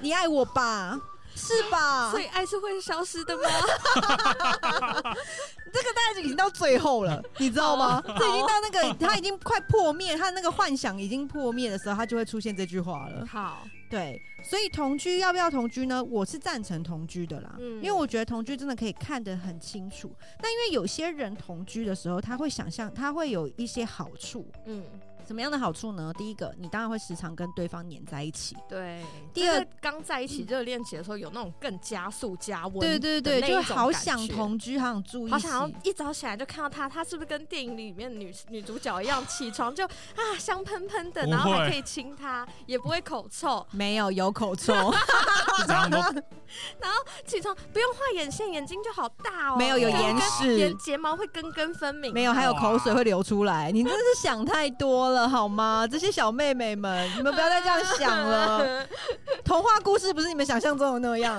你爱我吧？是吧
所？以爱是会消 失的吗？
这个大家已经到最后 了，你知道吗？这已经到那个他已经快破灭，他那个幻想已经破灭的时候，他就会出现这句话了。
好，
对，所以同居要不要同居呢？我是赞成同居的啦，
嗯
因为我觉得同居真的可以看得很清楚。那因为有些人同居的时候，他会想象他会有一些好处，
嗯，
什么样的好处呢？第一个，你当然会时常跟对方黏在一起。
对。
第二
就是刚在一起热恋期的时候，有那种更加速加温，
对对对，
的
就
那一种
好
感
想
觉
同居，好想住一起。
好想要一早起来就看到他，他是不是跟电影里面女女主角一样，起床就啊香喷喷的，
不
然后还
会
可以亲他，也不会口臭，
没有有口臭，
是怎样都
起床不用画眼线，眼睛就好大哦，
没有有
根
眼
根
屎
眼，睫毛会根根分 明，
没有 还有口水会流出来。你真的是想太多了好吗？这些小妹妹们，你们不要再这样想了。 童话故事不是你们想象中的那样。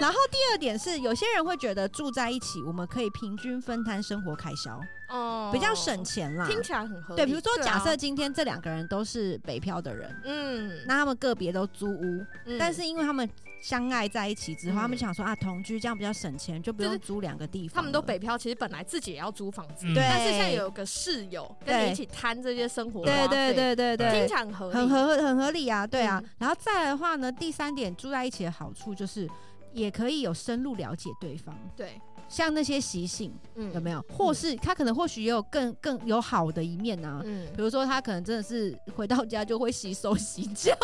然后第二点是，有些人会觉得住在一起，我们可以平均分摊生活开销，
哦
比较省，钱啦。
听起来很合理。
对，比如说
啊
假设今天这两个人都是北漂的人，
嗯，
那他们个别都租屋，
嗯
但是因为他们相爱在一起之后，
嗯
他们想说啊同居这样比较省钱，就不
就
用
是
租两个地方。
他们都，北漂，其实本来自己也要租房子，
嗯
对
但是现在有个室友跟你一起摊这些生活花
对
费，
对对对对，
听起来很合理，
很合很合理啊，对啊。
嗯
然后再来的话呢，第三点住在一起的好处就是，也可以有深入了解对方，
对，
像那些习性
嗯
有没有，或是他可能或许也有更更有好的一面啊。
嗯
比，如说，他可能真的是回到家就会洗手洗脚，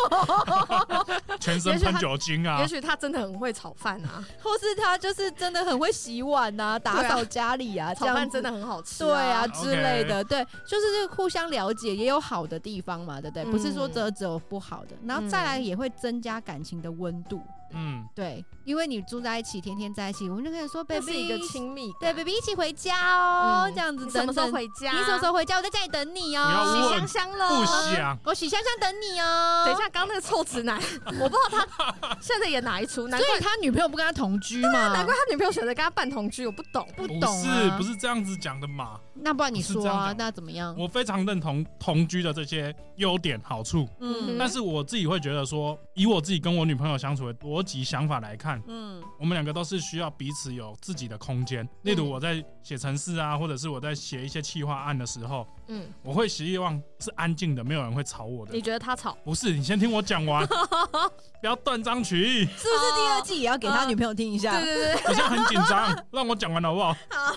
全身喷酒精啊
也，许他真的很会炒饭啊，
或是他就是真的很会洗碗啊，打扫家里啊，这
炒
样
饭
子
真的很好吃、
对啊
啊，
之类的，对，就是互相了解，也有好的地方嘛，对不对？
嗯
不是说只有只有不好的，然后再来也会增加感情的温度，
嗯，
对，因为你住在一起，天天在一起，我们就可以说
这是
baby
一个亲密
对
感。
baby 一起回家哦，
嗯
这样子
你什么时候
等等
回家？啊
你什么时候回家？我在家里等你
不要
哦
问，
洗香香了？
不想，
我许香香等你哦。
等一，下，刚刚那个臭 直男，我不知道他现在演哪一出，难
所
怪
以他女朋友不跟他同居嘛？
难怪他女朋友选择跟他办同居，我不懂。
不
不
懂
是
啊？
不是这样子讲的嘛，
那不然你
不是
说
这样
啊？
讲
那怎么样？
哦
我非常认同同居的这些优点好处，
嗯
嗯
但是我自己会觉得说，以我自己跟我女朋友相处的逻辑想法来看，
嗯
我们两个都是需要彼此有自己的空间。嗯例如我在写程式啊，或者是我在写一些企划案的时候，
嗯，
我会希望是安静的，没有人会吵我
你
的。
觉得他吵？
不是，你先听我讲 完，不要断章取义，
是不是第二
哦
季也要给他女朋友听一下？
对对对，
我现在很紧张，让我讲完好不好？
好。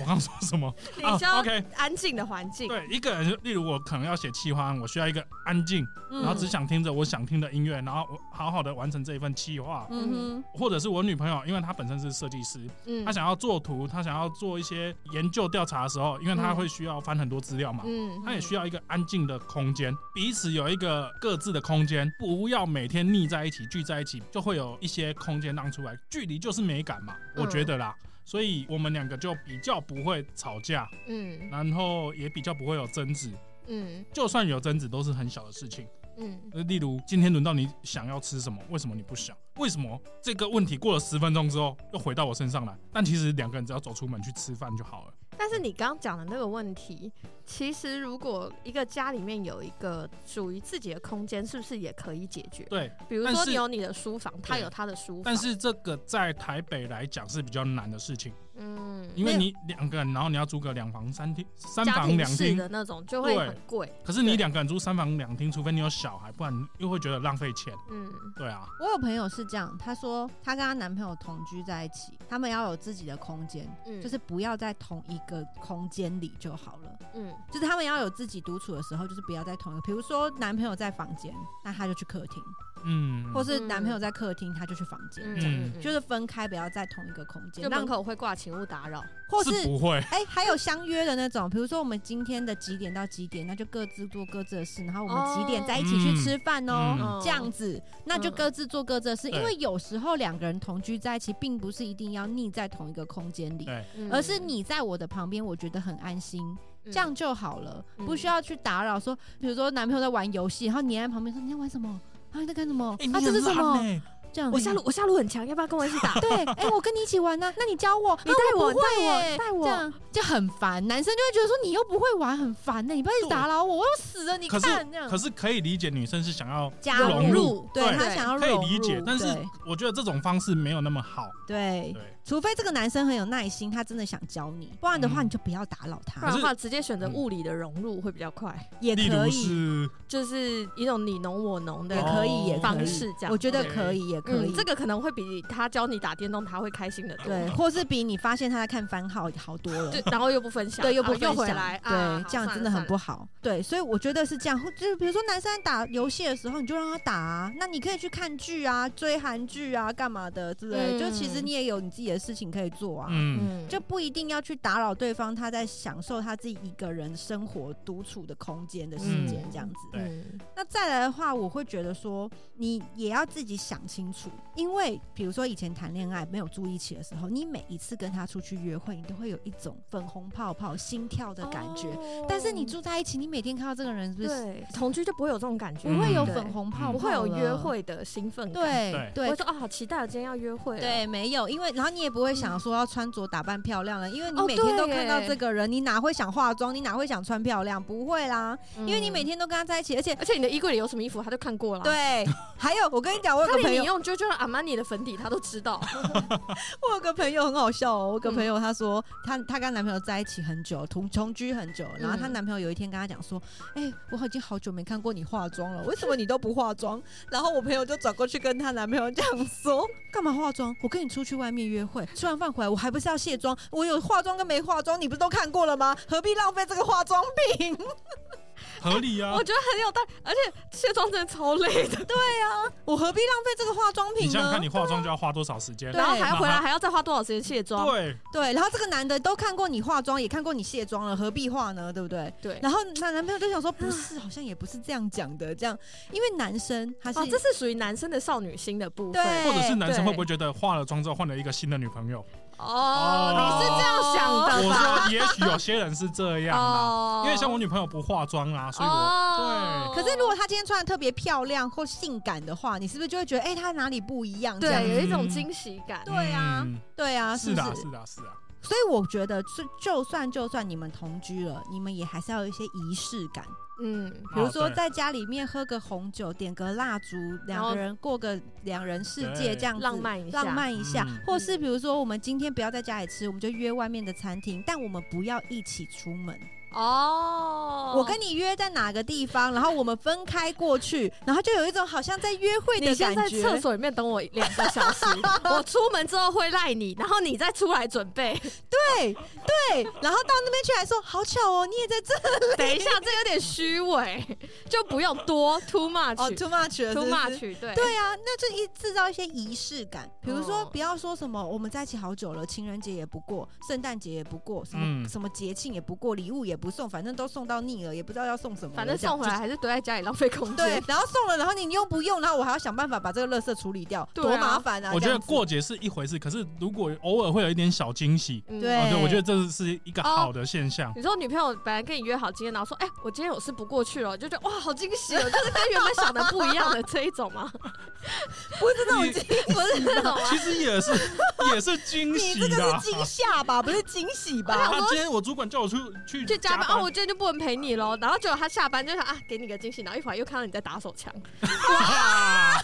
我刚说什么？
你需要
啊 OK
安静的环境。
对，一个人，例如我可能要写企划案，我需要一个安静，
嗯
然后只想听着我想听的音乐，然后我好好的完成这一份企划。
嗯
或者是我女朋友，因为她本身是设计师，
嗯
她想要做图，她想要做一些研究调查的时候，因为她
嗯
会需要翻很多资料嘛，
嗯
她也需要一个安静的空间，彼此有一个各自的空间，不要每天腻在一起聚在一起，就会有一些空间让出来。距离就是美感嘛，我
嗯
觉得啦，所以我们两个就比较不会吵架，
嗯
然后也比较不会有争执。
嗯
就算有争执，都是很小的事情。
嗯
呃例如，今天轮到你想要吃什么，为什么你不想？为什么这个问题过了十分钟之后又回到我身上来？但其实两个人只要走出门去吃饭就好了。
但是你刚刚讲的那个问题，其实如果一个家里面有一个属于自己的空间，是不是也可以解决？
对，
比如
但
说
是
你有你的书房，他有他的书房，
但是这个在台北来讲是比较难的事情，
嗯，
因为你两个人，然后你要租个两房三厅、三
家
房
庭
两
式
厅，
的那种就会
对
很贵，
可是你两个人租三房两厅，除非你有小孩，不然又会觉得浪费钱。
嗯
对啊，
我有朋友是这样，她说她跟她男朋友同居在一起，他们要有自己的空间，
嗯，
就是不要在同一个空间里就好了。
嗯
就是他们要有自己独处的时候，就是不要在同一个，比如说男朋友在房间，那他就去客厅，
嗯，
或是男朋友在客厅，他就去房间，这样
嗯
就是分开，不要在同一个空间
就。
让
门口会挂请勿打扰，
或
是
是
不会，
哎、还有相约的那种，比如说我们今天的几点到几点，那就各自做各自的事，然后我们几点
哦
再一起去吃饭哦。
嗯
嗯
这样子，那就各自做各自的事，
嗯
因为有时候两个人同居在一起，并不是一定要腻在同一个空间里，
对，
嗯
而是你在我的旁边，我觉得很安心，
嗯
这样就好了，
嗯
不需要去打扰。说，比如说男朋友在玩游戏，然后你在旁边说你在玩什么啊？你在干什么？
哎你
啊，这是
很
什
烂
么？
欸
这样
我下路。我下路很强， 要不要跟我一起打？
对，哎、我跟你一起玩呢、那你教我，
你
啊
带我
不会耶
带我
这样就很烦。男生就会觉得说你又不会玩，很烦呢、你不要一直打扰我，我要死了，你
可
看
是
这样
可。是可以理解女生是想要
嗯加
融入
对
对
他想要
可以
融
理解
入，
但是
对
我觉得这种方式没有那么好。
对，
对，
除非这个男生很有耐心，他真的想教你，不然的
嗯
话你就不要打扰
不
他
然，的
可嗯
话，直接选择物理的融入会比较快，
也
例
可
如
以，
是哦
就是一种你侬我侬
也
的
哦可以，也可以
方式，这样。
我觉得
OK
可以，也可以
嗯，。这个可能会比他教你打电动他会开心的多。
对，或是比你发现他在看番号好多了。
就然后又不分享，
对，又
啊
不分
又回
享
来，啊
对，这样真的很不。好。对，所以我觉得是这样，或就是比如说男生在打游戏的时候，你就让他打啊，那你可以去看剧啊、追韩剧啊、干嘛的之类的。就其实
嗯
你也有你自己的事情可以做啊，
嗯，
嗯，
就
就
不一定要去打扰对方他在享受他自己一个人生活独处的空间的时间
嗯
这样子。
对
嗯
那再来的话，我会觉得说，你也要自己想清楚，因为比如说以前谈恋爱没有住一起的时候，你每一次跟他出去约会，你都会有一种粉红泡泡、心跳的感觉。嗯但是你住在一起，你每天看到这个人，是不是
哦对同居就不会有这种感觉，
嗯
不会有
对
粉，红泡泡，
不会有约，会的兴奋感。
对
我
对。
说啊，好期待，我今天要约会哦了。
对，没有，因为然后你也不会想说要穿着打扮漂亮了，因为你
哦
每天都
对
看到
耶
这个人，你哪会想化妆，你哪会想穿漂亮？不会啦，
嗯，
因为你每天都跟他在一起，而且
而且你的衣柜里有什么衣服，他都看过了。，
对，还有我跟你讲，我有
他
个朋
连
友
你，用 JoJo 阿玛尼的粉底，他都知道。
我有个朋友很好笑哦，我有个朋友他说，她她跟她男朋友在一起很久，同同居很久，然后她
嗯
男朋友有一天跟她讲说，哎、我已经好久没看过你化妆了，为什么你都不化妆？然后我朋友就转过去跟她男朋友这样说，干嘛化妆？我跟你出去外面约会，吃完饭回来我还不是要卸妆？我有化妆跟没化妆，你不是都看过了吗？何必浪费这个化妆品？
合理啊
我。觉得很有道理，而且卸妆真的超累的，
我何必浪费这个化妆
你
品
想想
呢
看，？你化妆就要花多少时间？
啊对啊
然后还要回来，
那
还要再花多少时间卸妆？
对，
对，然后这个男的都看过你化妆，也看过你卸妆了，何必化呢？对不对？
对
然后男男朋友就想说，不是， 好像也不是这样讲的，这样，因为男生他是、
哦，这是属于男生的少女心的部分。
对
或者是男生
对
会不会觉得化了妆之后换了一个新的女朋友？
哦，
哦
你是这样想
啊
我
的吧？
说，也许有些人是这样啦，
哦
因为像我女朋友不化妆啦，所以我嗯
哦
可是如果他今天穿的特别漂亮或性感的话，你是不是就会觉得，哎、他哪里不一样？这样嗯
对
子
有一种惊喜感，
对啊
嗯
对啊，是
是
不
的啊，
是？
是的啊，是的啊。
所以我觉得，就就算就算你们同居了，你们也还是要有一些仪式感，
嗯，
比如说
啊哦对
在家里面喝个红酒，点个蜡烛，两
后
个人过个两人世界
对
这样子，
浪漫一下，
浪漫一下，
嗯
或是比如说我们今天不要在家里吃，我们就约外面的餐厅，但我们不要一起出门。
哦，
我跟你约在哪个地方，然后我们分开过去，然后就有一种好像在约会的
你先
感
在
觉。
厕所里面等我两个小 时，我出门之后会赖你，然后你再出来准备。
对对，然后到那边去还说好巧哦，你也在这
等一下，这有点虚伪，就不用多 too much、
哦，too much 了
too
是不是
much 对
对啊，那就一制造一些仪式感，比如说
哦
不要说什么我们在一起好久了，情人节也不过，圣诞节也不过，什么、
嗯
什么节庆也不过，礼物也不送，反正都送到腻了，也不知道要送什么了，
反正
这样
送回来还是堆在家里浪费空
就对
间。，
然后送了，然后你用不用，然后我还要想办法把这个垃圾处理掉，
对
多
啊
麻烦啊！
我觉
这
得
样子
过节是一回事，可是如果偶尔会有一点小惊喜，
嗯
对哦
啊，对，我觉得这是一个好的现象。
你说女朋友本来跟你约好今天，然后说，哎、我今天有事不过去了，就觉得哇，好惊喜哦，就是跟原本想的不一样的这一种 吗？
不是这种
你
惊，
不是这种吗？
其实也 是也是惊
你
喜
这
啦。
个是惊吓吧，不是惊喜 吧？哎
啊，今天我主管叫我出去
去加班
班
哦，我今天就不能陪你喽。然后结果他下班就想啊，给你个惊喜，然后一会儿又看到你在打手 枪，
啊，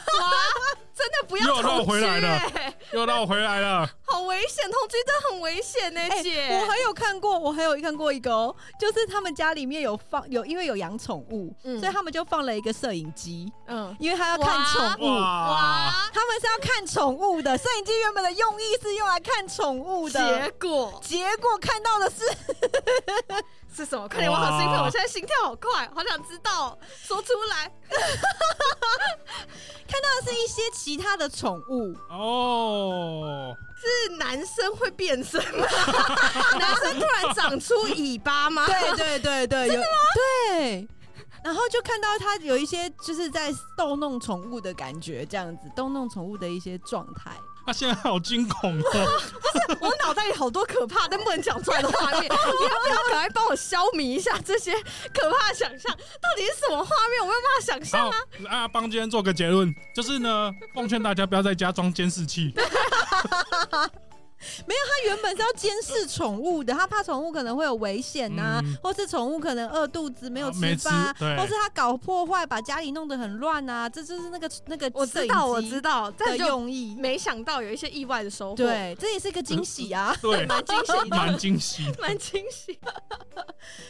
真的不要
又绕
同
回
居
来了
欸
又让我回来 了。
好危险，同居真的很危险呢、
哎
姐。
我很有看过，我很有看过一个哦，就是他们家里面有放有，因为有养宠物，
嗯
所以他们就放了一个摄影机，
嗯，
因为他要看宠物。
啊哇，
哇，
他们是要看宠物的，摄影机原本的用意是用来看宠物
结
的，
果
结果看到的是
是什么？快点，我好兴奋，
哇
我现在心跳好快，好想知道哦，说出来。
看到的是一些其他的宠物，
哦，
是男生会变身吗？ 男生突然长出尾巴吗？
对对对 对，真的吗？对。然后就看到他有一些就是在逗弄宠物的感觉，这样子逗弄宠物的一些状态。
他现在好惊恐 哦，
我脑袋里好多可怕但不能讲出来的画 面，你要不要赶快帮我消弭一下这些可怕的想象？到底是什么画面？我没有办法想象
好
啊！
啊，帮今天做个结论，就是呢，奉劝大家不要在家装监视 器，
他原本是要监视宠物的，他怕宠物可能会有危险呐、
嗯
或是宠物可能饿肚子没有
啊没
吃饭、啊
吃对
或是他搞破坏把家里弄得很乱啊，这就是那个那个
我
摄
知
影
道，我
机
知道，但
的
就
用意。
没想到有一些意外的收获，，
对，这也是一个惊喜啊！
嗯
对，
蛮惊喜
蛮
的，
惊喜的。
蛮惊喜。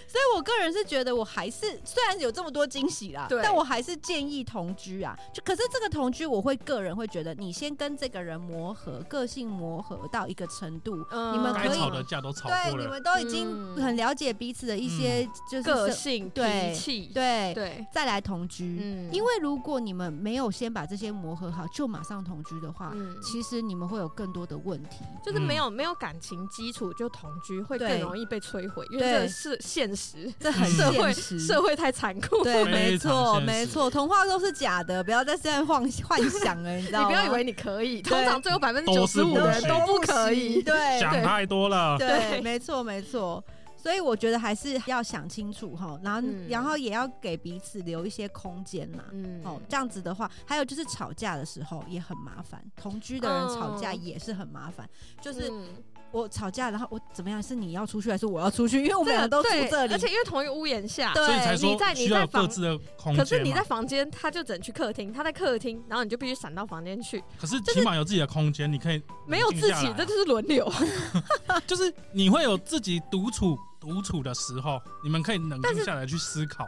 所以我个人是觉得，我还是虽然有这么多惊喜啦
对，
但我还是建议同居啊。就可是这个同居，我会个人会觉得，你先跟这个人磨合，个性磨合到一个程度，
嗯
你们可
该
以
吵的架都吵
对，
过
你
了，
们都已经
嗯
很了解彼此的一些就是
个
生
性、
对
脾气，
对，
对，
再来同居。
嗯
因为如果你们没有先把这些磨合好，就马上同居的话，
嗯
其实你们会有更多的问题。
就是
嗯
没有没有感情基础就同居会
对
更容易被摧毁，因为
对
这是现实，
这很
社
会
现实
社会太残酷。
对，
非
没
常
错，
现实
没错，童话都是假的，不要再现在幻幻想了，你知道
你
吗？
不要以为你可以，
对
通常最后百分之九
都
十
是
五
不
的人
行
都不可以。
对
想太多了，
对，
对
没错没错。所以我觉得还是要想清楚哈，然后、
嗯
然后也要给彼此留一些空间啦。
嗯
哦，这样子的话，还有就是吵架的时候也很麻烦，同居的人吵架
嗯
也是很麻烦。就是
嗯
我吵架，然后我怎么样？是你要出去还是我要出去？因为我们两个都
个
住
对
这里，
而且因为同一个屋檐下，
对
所以才
你在
说
你
需要
在
有
房
各自的空
可是
间
你在
嘛。
房间，他就只能去客厅，他在客厅，然后你就必须闪到房间去，
可是起码有自己的空间，你可以
没有
冷嗯
自
静下
己
来，啊
这就是轮流。
就是你会有自己独处独处的时候，你们可以冷静下来去思考。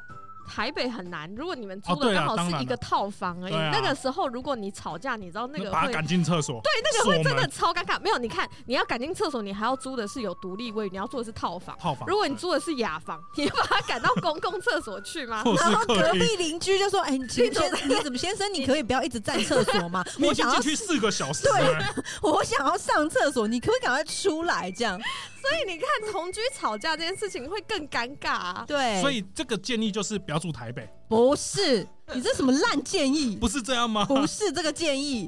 台北很难，如果你们
哦
租的
对啊
刚好
当
是
然
一个
了
套房而已，
对啊
那个时候如果你吵架，你知道那个
把
会
他赶进厕所，对，
那个会真的
门
超尴尬。没有，你看，你要赶进厕所，你还要租的是有独立卫浴，你要住的是套房。
套房。
如果你租的是雅房，你要把它赶到公共厕所去 吗？
或
然
是
后
客
隔
厅，
壁邻居就说：“哎、你
你
先
怎么
生，你怎么先生？你可以不要一直占厕所吗？
你
我
已经
想要
进去四个小时了，
我想要上厕所，你可不可以赶快出来？”这样
所以你看，同居吵架这件事情会更尴尬啊。
对，
所以这个建议就是不要住台北，
不是你这什么烂建议？
不是这样吗？
不是这个建议，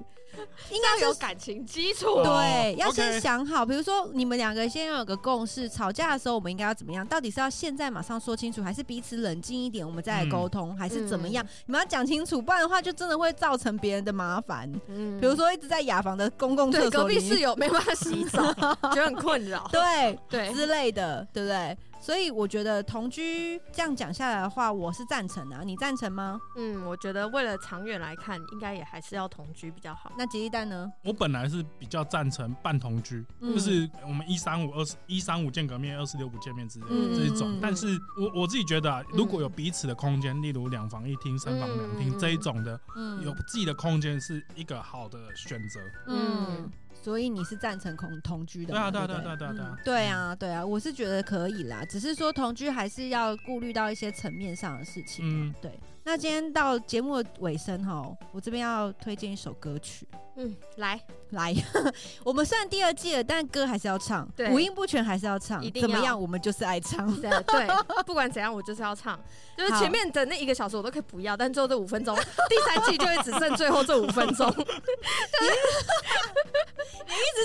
应该
要有
是。
感情基础
哦。
对，要
OK
先想好，比如说你们两个先要有个共识，吵架的时候我们应该要怎么样？到底是要现在马上说清楚，还是彼此冷静一点，我们
嗯
再来沟通，还是怎
嗯
么样？你们要讲清楚，不然的话就真的会造成别人的麻烦。
嗯
比如说一直在雅房的公共
对
厕
隔
所里
壁
面，
室友没办法洗澡，觉得很困扰。
对
对，
之类的，对不对？所以我觉得同居这样讲下来的话，我是赞成的啊、你赞成吗？
嗯，我觉得为了长远来看，应该也还是要同居比较好。
那吉利蛋呢？
我本来是比较赞成半同居，
嗯
就是我们一三五二十一三五间隔面，二四六不见面之类的
嗯
这一种
嗯。
但是我我自己觉得啊，如果有彼此的空间，例如两房一厅、三房两
嗯嗯
厅
嗯
这一种的，
嗯
有自己的空间是一个好的选择。
嗯，所以你是赞成同同居的
对啊，
嘛？
对啊，
不
对啊，对啊，对啊对啊。
对啊，对啊，我是觉得可以啦，只是说同居还是要顾虑到一些层面上的事情啊。
嗯
对，那今天到节目的尾声哈，我这边要推荐一首歌曲。
嗯，来，
来， 我们虽然第二季了，但歌还是要唱，
对
五音不全还是要唱，
一定
怎么
要
样？我们就是爱唱。
对啊对，不管怎样，我就是要唱。就是
好
前面的那一个小时我都可以不要，但最后这五分钟，第三季就会只剩最后这五分钟。
一直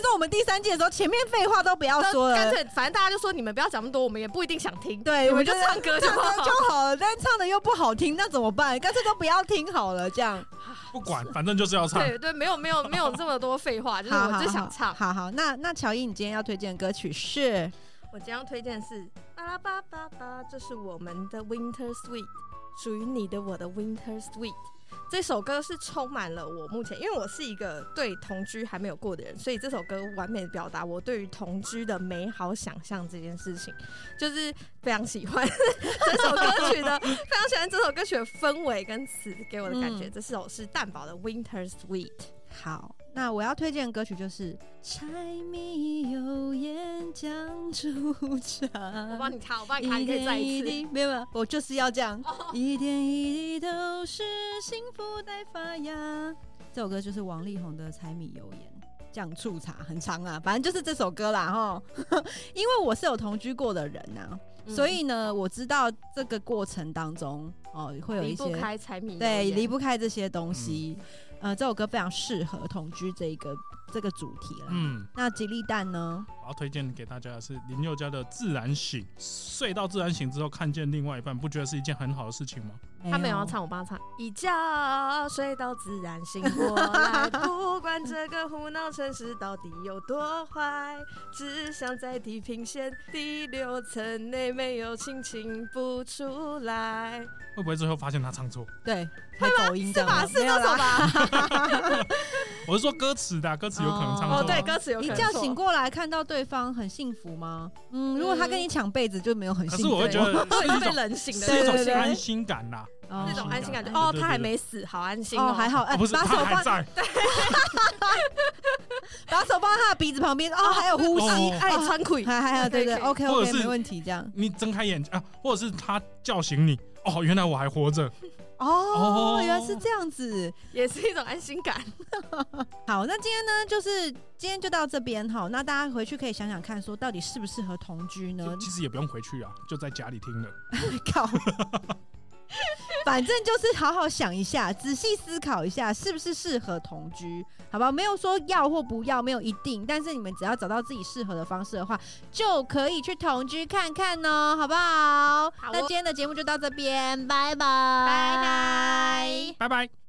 说我们第三季的时候，前面废话都不 要说
干
了，
脆反正大家就说你们不要讲那么多，我们也不一定想听，
对
我们就
我觉得
唱歌 就
唱歌
好。
就好了，但唱的又不好听，那怎么办？干脆都不要听好了，这样。
不管，反正就是要唱。
对对，没有没有没有这么多废话，就是
好
我
好
就想唱。
好好，那那乔伊，你今天要推荐的歌曲是？
我今天要推荐的是巴拉巴巴巴，这是我们的 Winter Sweet，属于你的我的 Winter Sweet。这首歌是充满了我目前，因为我是一个对同居还没有过的人，所以这首歌完美的表达我对于同居的美好想象这件事情，就是非常喜欢 这首歌曲的，非常喜欢这首歌曲的氛围跟词给我的感觉。
嗯
这首是蛋堡的 Winter Sweet。
好，那我要推荐的歌曲就是《柴米油盐酱醋茶》。
我帮你擦，我帮你擦，
一
你可以再
点
一
一
次。哦
滴，没有没有，我就是要这样， 一点一滴都是幸福在发芽。这首歌就是王力宏的《柴米油盐酱醋茶》，很长啊，反正就是这首歌啦哈。 因为我是有同居过的人呐、
嗯
所以呢，我知道这个过程当中哦，会有一
离不
些
开柴米油
对，
盐
离不开这些东西。呃，这首歌非常适合同居这一个这个主题了。
嗯，
那吉利蛋呢？
我要推荐给大家的是林宥嘉的《自然醒》。睡到自然醒之后，看见另外一半，不觉得是一件很好的事情吗？
他没有要，唱，我帮他唱。一觉睡到自然醒过来，不管这个胡闹城市到底有多坏，只想在地平线第六层内没有亲亲不出来。
会不会最后发现他唱错？
对，会走音
是
这样
吧？
吗
是
没
这
有
首
啦
吧？
我是说歌词的啊、歌词有可能唱错啊。
哦，对，歌词有可
一
能
觉
错
醒。过来，看到对方很幸福吗？嗯，如果他跟你抢被子，就没有很
可
幸
是
福。
我会觉得是
对，
一
被
种
冷醒的
是一
对对对
种安心感啦。
哦
那种安心感觉。
对
哦，
对
他还
对
没死，好安心
哦，还好，哎，
哦，不是，
把手
他还
放
在。
把手放在他的鼻子旁边，哦，还有呼吸，
哦
哎，穿裤
还还有对对，OK
或者
OK，
是
没问题，这样。
你睁开眼睛啊，或者是他叫醒你，哦，原来我还活着。
哦，
哦
原来是这样子。
也是一种安心感。
好，那今天呢，就是今天就到这边哈。那大家回去可以想想看，说到底适不适合同居呢
就？其实也不用回去啊，就在家里听了。
靠，反正就是好好想一下，仔细思考一下，是不是适合同居？好吧，没有说要或不要，没有一定，但是你们只要找到自己适合的方式的话，就可以去同居看看哦，好不好？
好哦
那今天的节目就到这边，拜拜，
拜
拜
拜。
拜。